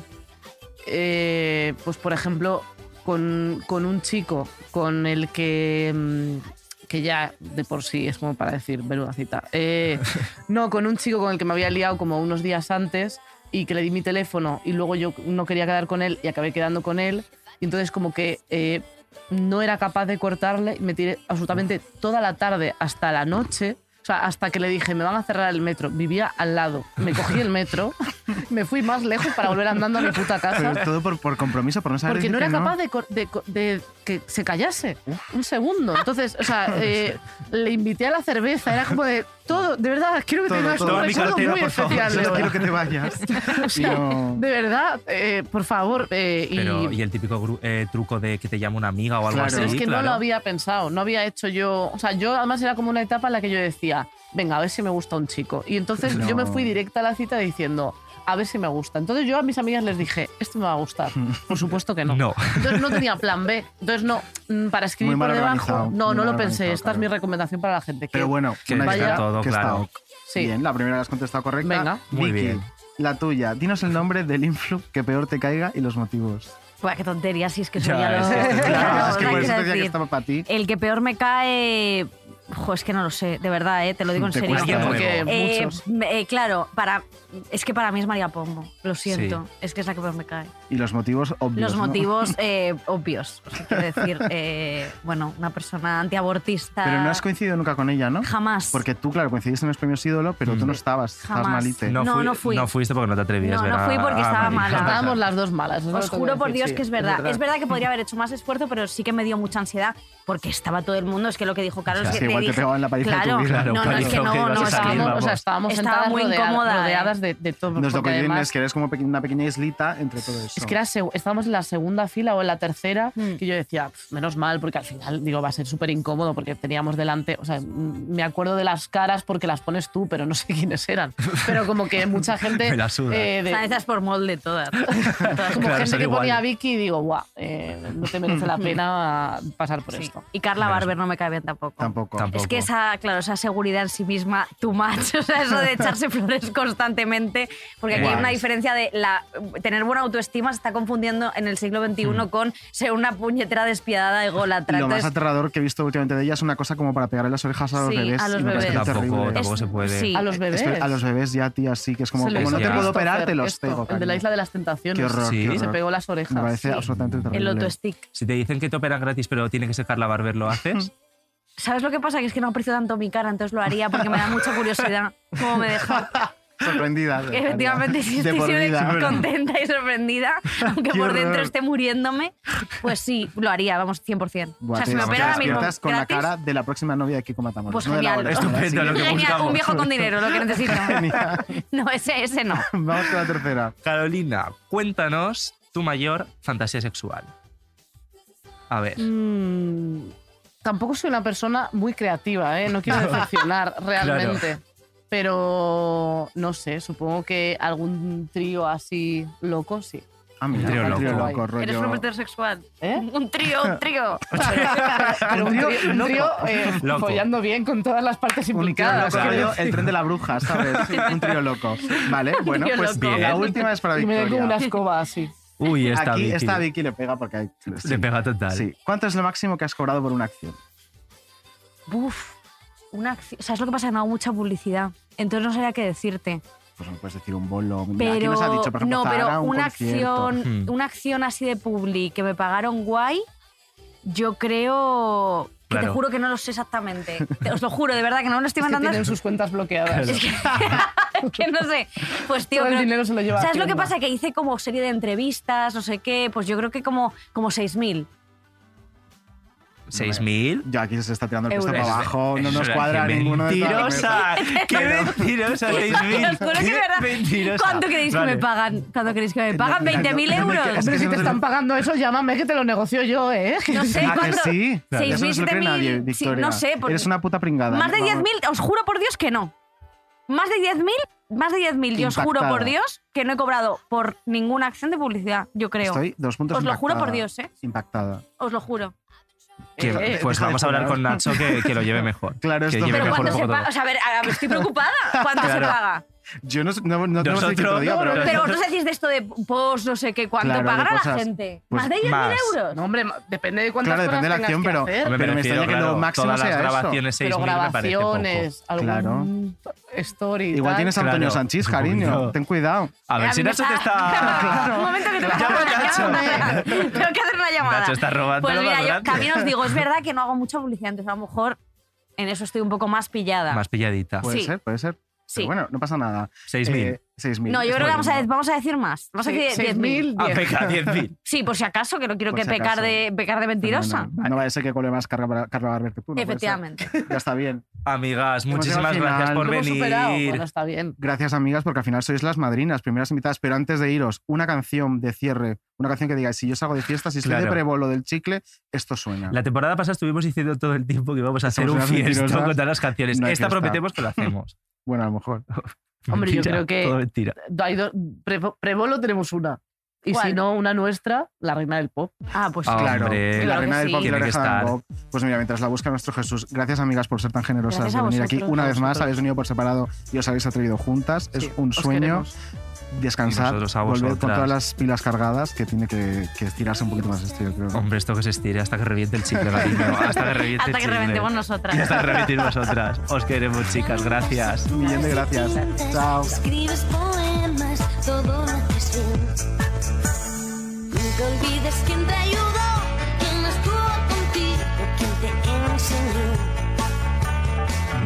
Speaker 6: Eh, pues por ejemplo, con, con un chico con el que. mm, que ya de por sí es como para decir, menuda cita. Eh, no, con un chico con el que me había liado como unos días antes y que le di mi teléfono y luego yo no quería quedar con él y acabé quedando con él. Y entonces, como que. eh, no era capaz de cortarle y me tiré absolutamente toda la tarde hasta la noche, o sea, hasta que le dije, me van a cerrar el metro. Vivía al lado. Me cogí el metro, me fui más lejos para volver andando a mi puta
Speaker 3: Pero
Speaker 6: casa.
Speaker 3: todo por, por compromiso, por no saber
Speaker 6: Porque
Speaker 3: decir
Speaker 6: no era
Speaker 3: que
Speaker 6: capaz de, cor- de co- de que se callase un segundo. Entonces, o sea, eh, le invité a la cerveza. Era como de todo, de verdad, quiero que
Speaker 3: Todo,
Speaker 6: tengas
Speaker 3: todo.
Speaker 6: un
Speaker 3: Toma mi
Speaker 6: recuerdo
Speaker 3: cartera,
Speaker 6: muy
Speaker 3: por favor,
Speaker 6: especial. de
Speaker 3: solo quiero
Speaker 6: verdad.
Speaker 3: que te vayas.
Speaker 6: O sea,
Speaker 3: Y no-
Speaker 6: De verdad, eh, por favor. eh, y-
Speaker 4: Pero, y el típico gru- eh, truco de que te llama una amiga o algo
Speaker 3: Claro.
Speaker 4: así.
Speaker 6: pero Pues es que
Speaker 4: claro.
Speaker 6: no lo había pensado, no había hecho yo. O sea, yo además era como una etapa en la que yo decía, venga, a ver si me gusta un chico. Y entonces
Speaker 3: No.
Speaker 6: yo me fui directa a la cita diciendo, a ver si me gusta. Entonces yo a mis amigas les dije, esto me va a gustar. Por supuesto que no.
Speaker 4: No.
Speaker 6: Entonces no tenía plan B. Entonces no, mm, para escribir
Speaker 3: Muy mal
Speaker 6: por debajo.
Speaker 3: organizado,
Speaker 6: No,
Speaker 3: muy
Speaker 6: no
Speaker 3: mal
Speaker 6: lo pensé.
Speaker 3: organizado,
Speaker 6: Esta es mi recomendación para la gente.
Speaker 3: Pero bueno,
Speaker 4: Que
Speaker 3: una
Speaker 4: vaya
Speaker 3: idea
Speaker 4: todo
Speaker 3: que
Speaker 4: claro.
Speaker 3: está ok.
Speaker 6: Sí.
Speaker 3: Bien, la primera la has contestado correcta.
Speaker 6: Venga.
Speaker 4: Muy
Speaker 3: Vicky,
Speaker 4: bien.
Speaker 3: La tuya. Dinos el nombre del influ que peor te caiga y los motivos.
Speaker 5: Buah, qué tontería, si es que eso
Speaker 4: Ya,
Speaker 5: ya,
Speaker 4: es que
Speaker 5: lo...
Speaker 4: esto-
Speaker 3: Claro,
Speaker 5: Claro,
Speaker 3: es que
Speaker 5: o sea,
Speaker 3: por eso
Speaker 5: quiero
Speaker 3: te decía que
Speaker 5: decir,
Speaker 3: estaba para ti.
Speaker 5: El que peor me cae... Jo, es que no lo sé, de verdad, ¿eh? te lo digo en
Speaker 3: Te
Speaker 5: serio.
Speaker 3: cuesta,
Speaker 4: Alguien
Speaker 6: Porque
Speaker 4: nuevo.
Speaker 5: Eh,
Speaker 6: muchos.
Speaker 5: eh, claro, para, es que para mí es María Pombo, lo siento, es que es la que peor me cae.
Speaker 3: Y los motivos obvios.
Speaker 5: Los
Speaker 3: ¿no?
Speaker 5: motivos eh, obvios, o sea, quiero decir, eh, bueno, una persona antiabortista.
Speaker 3: Pero no has coincidido nunca con ella, ¿no?
Speaker 5: Jamás.
Speaker 3: Porque tú, claro, coincidiste en los premios ídolo, pero tú no estabas. Estás
Speaker 5: Jamás.
Speaker 3: malite.
Speaker 5: No,
Speaker 4: fui-
Speaker 5: no fui.
Speaker 4: fuiste porque no te atrevías.
Speaker 5: No, no
Speaker 4: ¿verdad?
Speaker 5: fui porque
Speaker 4: Ah,
Speaker 5: estaba
Speaker 4: vale.
Speaker 5: mala.
Speaker 6: Estábamos las dos malas. eso
Speaker 5: Os
Speaker 6: lo tengo
Speaker 5: juro
Speaker 6: que
Speaker 5: por
Speaker 6: decir,
Speaker 5: Dios
Speaker 6: sí,
Speaker 5: que es verdad. Es verdad que podría haber hecho más esfuerzo, pero sí que me dio mucha ansiedad porque estaba todo el mundo. Es que lo que dijo Carlos
Speaker 3: Claro,
Speaker 5: es
Speaker 3: sí,
Speaker 5: que
Speaker 3: igual te
Speaker 5: dije-
Speaker 3: pegaban la paliza de tu
Speaker 5: claro,
Speaker 3: vida.
Speaker 4: Claro,
Speaker 5: no, no, es que
Speaker 4: palizón
Speaker 5: no,
Speaker 4: que ibas a
Speaker 5: no,
Speaker 6: Estábamos-
Speaker 5: estábamos-
Speaker 4: salir,
Speaker 6: o sea, estábamos
Speaker 4: vamos.
Speaker 5: Estaba
Speaker 6: sentadas
Speaker 5: muy
Speaker 6: rodea-
Speaker 5: incómoda, ¿eh?
Speaker 6: rodeadas de, de todo.
Speaker 3: Nos lo
Speaker 6: porque
Speaker 3: que
Speaker 6: además-
Speaker 3: es que eres como peque- una pequeña islita entre todo eso.
Speaker 6: Es que era seg- estábamos en la segunda fila o en la tercera,
Speaker 5: Mm.
Speaker 6: que yo decía, "Pf, menos mal, porque al final, digo, va a ser súper incómodo, porque teníamos delante, o sea, m- me acuerdo de las caras porque las pones tú, pero no sé quiénes eran. Pero como que mucha gente.
Speaker 4: Me la suda.
Speaker 6: eh, de-
Speaker 5: Están hechas por molde todas. Todas
Speaker 6: como
Speaker 4: Claro,
Speaker 6: gente
Speaker 4: son
Speaker 6: que
Speaker 4: igual.
Speaker 6: ponía a Vicky y digo, guau, eh, no te merece la pena pasar por
Speaker 5: Sí.
Speaker 6: esto.
Speaker 5: Y Carla Barber no me cae bien tampoco.
Speaker 3: Tampoco.
Speaker 4: Tampoco.
Speaker 5: Es que esa, claro, esa seguridad en sí misma, too much, o sea, eso de echarse flores constantemente, porque aquí hay
Speaker 4: Guau.
Speaker 5: una diferencia de la, tener buena autoestima forma se está confundiendo en el siglo XXI con ser una puñetera despiadada de gola
Speaker 3: Lo más aterrador que he visto últimamente de ella es una cosa como para pegarle las orejas a los
Speaker 5: Sí,
Speaker 3: bebés.
Speaker 5: a los
Speaker 3: y me parece
Speaker 5: bebés. Tampoco-
Speaker 3: terrible.
Speaker 4: tampoco se puede.
Speaker 6: Sí. A los bebés.
Speaker 3: Espe- A los bebés ya, tía, sí, que es como,
Speaker 6: Se le
Speaker 3: como
Speaker 6: hizo
Speaker 3: no te
Speaker 6: a
Speaker 3: puedo
Speaker 6: Christopher
Speaker 3: operar, te los
Speaker 6: esto,
Speaker 3: pego.
Speaker 6: El de la
Speaker 3: cariño.
Speaker 6: isla de las tentaciones.
Speaker 3: Qué horror, qué
Speaker 6: Se
Speaker 3: horror.
Speaker 6: pegó las orejas.
Speaker 3: Me parece absolutamente terrible.
Speaker 4: Si te dicen que te operan gratis, pero tiene que secar la barber, ¿lo haces?
Speaker 5: ¿Sabes lo que pasa? Que es que no aprecio tanto mi cara, entonces lo haría porque me da mucha curiosidad cómo me deja.
Speaker 3: Sorprendida.
Speaker 5: Que efectivamente si
Speaker 3: De
Speaker 5: estoy
Speaker 3: por
Speaker 5: siempre
Speaker 3: vida.
Speaker 5: contenta y sorprendida, aunque
Speaker 3: Qué
Speaker 5: por dentro
Speaker 3: horror.
Speaker 5: esté muriéndome, pues sí, lo haría, vamos, 100%.
Speaker 3: Buah,
Speaker 5: o sea,
Speaker 3: te-
Speaker 5: si me
Speaker 3: te
Speaker 5: opera ahora mismo,
Speaker 3: despiertas con
Speaker 5: gratis,
Speaker 3: la cara de la próxima novia de Kiko Matamoros.
Speaker 5: Pues
Speaker 3: no de la
Speaker 5: genial.
Speaker 3: otra, de la
Speaker 4: Estupendo, lo que
Speaker 3: siguiente.
Speaker 5: genial, un viejo con dinero, lo que necesito.
Speaker 3: Genial.
Speaker 5: No, ese, ese no.
Speaker 3: Vamos con la tercera.
Speaker 4: Carolina, cuéntanos tu mayor fantasía sexual. A ver.
Speaker 6: Mm, tampoco soy una persona muy creativa, ¿eh? No quiero decepcionar realmente. Pero no sé, supongo que algún trío así loco, sí. ¿eh?
Speaker 3: Ah, mira,
Speaker 4: Un trío
Speaker 3: un trío
Speaker 4: loco.
Speaker 3: loco, rollo. ¿Eh?
Speaker 5: Eres un heterosexual. Un trío, un trío.
Speaker 6: Pero un
Speaker 3: trío
Speaker 6: trío, un
Speaker 3: loco.
Speaker 6: trío, eh,
Speaker 3: Loco.
Speaker 6: follando bien con todas las partes
Speaker 3: Un trío
Speaker 6: implicadas.
Speaker 3: loco, rollo
Speaker 6: ¿sabes?
Speaker 3: el tren de la bruja, ¿sabes? Un trío loco. Vale, bueno,
Speaker 6: Trío
Speaker 3: pues
Speaker 4: loco.
Speaker 3: la
Speaker 4: Bien.
Speaker 3: última es para
Speaker 6: Y me
Speaker 3: Victoria.
Speaker 6: den como una escoba así.
Speaker 4: Uy, esta
Speaker 3: Aquí
Speaker 4: Vicky.
Speaker 3: esta Vicky le pega porque hay... sí.
Speaker 4: Le pega total.
Speaker 3: Sí. ¿Cuánto es lo máximo que has cobrado por una acción?
Speaker 5: Buf, una acción. ¿Sabes lo que pasa? Que no hago mucha publicidad. Entonces no sabía qué decirte.
Speaker 3: Pues no puedes decir un bolo. Mira,
Speaker 5: Pero,
Speaker 3: aquí nos ha dicho, por ejemplo,
Speaker 5: no, pero
Speaker 3: Zara, un
Speaker 5: una,
Speaker 3: concierto.
Speaker 5: acción, una acción así de publi que me pagaron guay, yo creo. Que te
Speaker 6: Claro.
Speaker 5: juro que no lo sé exactamente. Te- Os lo juro, de verdad que no me lo estoy
Speaker 6: Es que
Speaker 5: mandando.
Speaker 6: tienen sus cuentas bloqueadas.
Speaker 5: Es que, es que no sé. Pues tío,
Speaker 6: Todo el
Speaker 5: creo-
Speaker 6: dinero se lo lleva
Speaker 5: ¿Sabes lo que
Speaker 6: Hacienda.
Speaker 5: pasa? Que hice como serie de entrevistas, no sé qué, pues yo creo que como, como 6.000.
Speaker 4: ¿6.000?
Speaker 3: Ya aquí se está tirando el
Speaker 5: Euros.
Speaker 3: puesto para abajo, no
Speaker 4: Eso
Speaker 3: nos
Speaker 4: era,
Speaker 3: cuadra
Speaker 4: qué
Speaker 3: ninguno de todas las
Speaker 4: mentirosa,
Speaker 3: mesas.
Speaker 4: qué
Speaker 3: Pero-
Speaker 4: mentirosa,
Speaker 5: Os juro que es verdad.
Speaker 4: Mentirosa.
Speaker 5: ¿Cuánto creéis que
Speaker 4: Vale.
Speaker 5: me pagan? ¿Cuánto creéis que me pagan?
Speaker 4: mira, no,
Speaker 5: ¿20.000
Speaker 4: no me
Speaker 5: euros?
Speaker 4: creas.
Speaker 6: Hombre,
Speaker 4: Es que
Speaker 6: si te
Speaker 4: no-
Speaker 6: están pagando eso, llámame que te lo negocio yo, ¿eh?
Speaker 5: No sé
Speaker 3: ¿A Ah, que
Speaker 5: cuánto.
Speaker 3: sí?
Speaker 5: Claro.
Speaker 3: Eso no se lo cree
Speaker 5: 6.000,
Speaker 3: nadie,
Speaker 5: 7.000, sí,
Speaker 3: Victoria.
Speaker 5: no sé, por-
Speaker 3: Eres una puta pringada.
Speaker 5: Más de
Speaker 3: vamos.
Speaker 5: 10.000, os juro por Dios que no. Más de 10.000, más de 10.000, yo os juro
Speaker 3: Impactada.
Speaker 5: por Dios que no he cobrado por ninguna acción de publicidad, yo creo.
Speaker 3: Estoy dos puntos
Speaker 5: Os lo juro
Speaker 3: impactada.
Speaker 5: por Dios, ¿eh?
Speaker 3: Impactada.
Speaker 5: Os lo juro.
Speaker 4: Que-
Speaker 3: Eh, eh,
Speaker 4: pues
Speaker 3: deja de
Speaker 4: vamos a hablar
Speaker 3: jugar.
Speaker 4: con Nacho que, que lo lleve mejor.
Speaker 3: Claro,
Speaker 4: que
Speaker 3: esto-
Speaker 4: lleve
Speaker 3: Pero
Speaker 4: mejor
Speaker 5: ¿Cuándo
Speaker 4: un
Speaker 5: se
Speaker 4: poco
Speaker 5: paga? O
Speaker 4: todo.
Speaker 5: sea, a ver, a- estoy preocupada. ¿Cuándo
Speaker 4: Claro.
Speaker 5: se paga?
Speaker 3: Yo no, no, no tenemos el
Speaker 4: Nosotros
Speaker 3: otro día,
Speaker 4: no,
Speaker 3: pero...
Speaker 5: Pero vosotros decís de esto de post, no sé qué, ¿cuánto
Speaker 3: Claro, de
Speaker 5: pagará la
Speaker 3: cosas.
Speaker 5: gente?
Speaker 3: Pues
Speaker 5: ¿Más de 10.000
Speaker 4: más.
Speaker 5: euros?
Speaker 6: No, hombre, ma- depende de cuántas
Speaker 3: Claro,
Speaker 6: cosas
Speaker 3: depende de la
Speaker 6: tengas
Speaker 3: acción,
Speaker 6: que
Speaker 3: pero,
Speaker 6: hacer.
Speaker 4: Hombre, me
Speaker 3: pero me
Speaker 4: refiero,
Speaker 3: extraña que lo
Speaker 4: claro,
Speaker 3: máximo
Speaker 4: todas las
Speaker 3: sea
Speaker 4: grabaciones,
Speaker 3: eso.
Speaker 4: seis-
Speaker 6: pero
Speaker 4: 6.000 me parece poco.
Speaker 6: grabaciones, algún
Speaker 3: Claro.
Speaker 6: story.
Speaker 3: Igual
Speaker 6: tal.
Speaker 3: tienes a Antonio
Speaker 4: Claro.
Speaker 3: Sanchís, cariño.
Speaker 4: Claro.
Speaker 3: Ten cuidado.
Speaker 4: A ver
Speaker 5: mí
Speaker 4: si
Speaker 5: me
Speaker 4: Nacho te
Speaker 5: está-
Speaker 4: está.
Speaker 5: Un momento que tengo que
Speaker 4: Llama
Speaker 5: hacer
Speaker 4: a
Speaker 5: una llamada.
Speaker 4: Nacho.
Speaker 5: Tengo que hacer una llamada.
Speaker 4: Nacho está robando
Speaker 5: Pues
Speaker 4: la
Speaker 5: mira, yo
Speaker 4: valorante.
Speaker 5: también os digo, es verdad que no hago mucha publicidad, entonces a lo mejor en eso estoy un poco más pillada.
Speaker 4: Más pilladita.
Speaker 3: Puede
Speaker 5: Sí.
Speaker 3: ser, puede ser.
Speaker 5: Sí.
Speaker 3: Pero bueno, no pasa nada.
Speaker 4: 6.000.
Speaker 3: Eh, 6.000.
Speaker 5: No, yo
Speaker 3: Está
Speaker 5: creo que vamos a,
Speaker 3: bien.
Speaker 5: vamos a decir más. Vamos a
Speaker 6: Sí,
Speaker 5: decir 10.000.
Speaker 6: 6.000,
Speaker 4: Ah,
Speaker 6: 10.
Speaker 4: peca, 10.000.
Speaker 5: Sí, por si acaso, que no quiero
Speaker 3: Por
Speaker 5: que
Speaker 3: si
Speaker 5: pecar,
Speaker 3: acaso.
Speaker 5: de, pecar de
Speaker 3: No,
Speaker 5: mentirosa.
Speaker 3: no, no, no vaya a ser que cole más Carla, Carla Barber que tú. no puede ser.
Speaker 5: Efectivamente.
Speaker 3: Ya está bien.
Speaker 4: Amigas,
Speaker 3: Hemos llegado
Speaker 4: muchísimas
Speaker 3: al
Speaker 4: gracias
Speaker 3: final.
Speaker 4: por
Speaker 3: Lo
Speaker 6: Hemos superado. Bueno,
Speaker 4: venir.
Speaker 6: está bien.
Speaker 3: Gracias, amigas, porque al final sois las madrinas, primeras invitadas. Pero antes de iros, una canción de cierre, una canción que digáis, si yo salgo de fiesta, si estoy de
Speaker 4: Claro.
Speaker 3: prebolo del chicle, esto suena.
Speaker 4: La temporada pasada estuvimos diciendo todo el tiempo que íbamos a hacer
Speaker 3: Somos
Speaker 4: un
Speaker 3: unas
Speaker 4: fiestón
Speaker 3: mentirosas.
Speaker 4: con todas las canciones.
Speaker 3: No hay
Speaker 4: Esta
Speaker 3: fiesta.
Speaker 4: prometemos que lo hacemos.
Speaker 3: Bueno, a lo mejor.
Speaker 6: Hombre, yo
Speaker 4: Mentira,
Speaker 6: creo que-
Speaker 4: Todo mentira.
Speaker 6: Hay dos- pre- Prevolo tenemos una. Y
Speaker 5: ¿Cuál?
Speaker 6: si no, una nuestra, la reina del pop.
Speaker 5: Ah, pues sí.
Speaker 4: Ah,
Speaker 3: Claro,
Speaker 4: Hombre,
Speaker 3: la
Speaker 6: claro
Speaker 3: reina
Speaker 6: que
Speaker 3: del
Speaker 6: sí.
Speaker 3: pop y la
Speaker 4: Tiene que
Speaker 3: oreja del
Speaker 4: estar.
Speaker 3: pop. Pues mira, mientras la busca nuestro Jesús. Gracias, amigas, por ser tan generosas
Speaker 5: Gracias
Speaker 3: de
Speaker 5: a
Speaker 3: venir aquí
Speaker 5: vosotros,
Speaker 3: una
Speaker 5: a
Speaker 3: vez más.
Speaker 5: vosotros.
Speaker 3: Habéis venido por separado y os habéis atrevido juntas.
Speaker 6: Sí,
Speaker 3: es un
Speaker 6: os
Speaker 3: sueño
Speaker 6: queremos.
Speaker 4: Y
Speaker 3: descansar,
Speaker 4: nosotros a
Speaker 3: volver con
Speaker 4: vosotras.
Speaker 3: todas las pilas cargadas que tiene que, que estirarse un poquito más esto, yo creo.
Speaker 4: Hombre, esto que se estire hasta que reviente el chicle, cariño. Hasta que reviente
Speaker 5: Hasta
Speaker 4: el
Speaker 5: que
Speaker 4: chicle.
Speaker 5: reventemos nosotras.
Speaker 4: Y hasta que reventéis vosotras. Os queremos, chicas. Gracias.
Speaker 3: Un millón de gracias. Chao.
Speaker 9: Escribes poemas, todo lo haces bien. Nunca olvides quién te ayudó, quién estuvo contigo, quién te enseñó.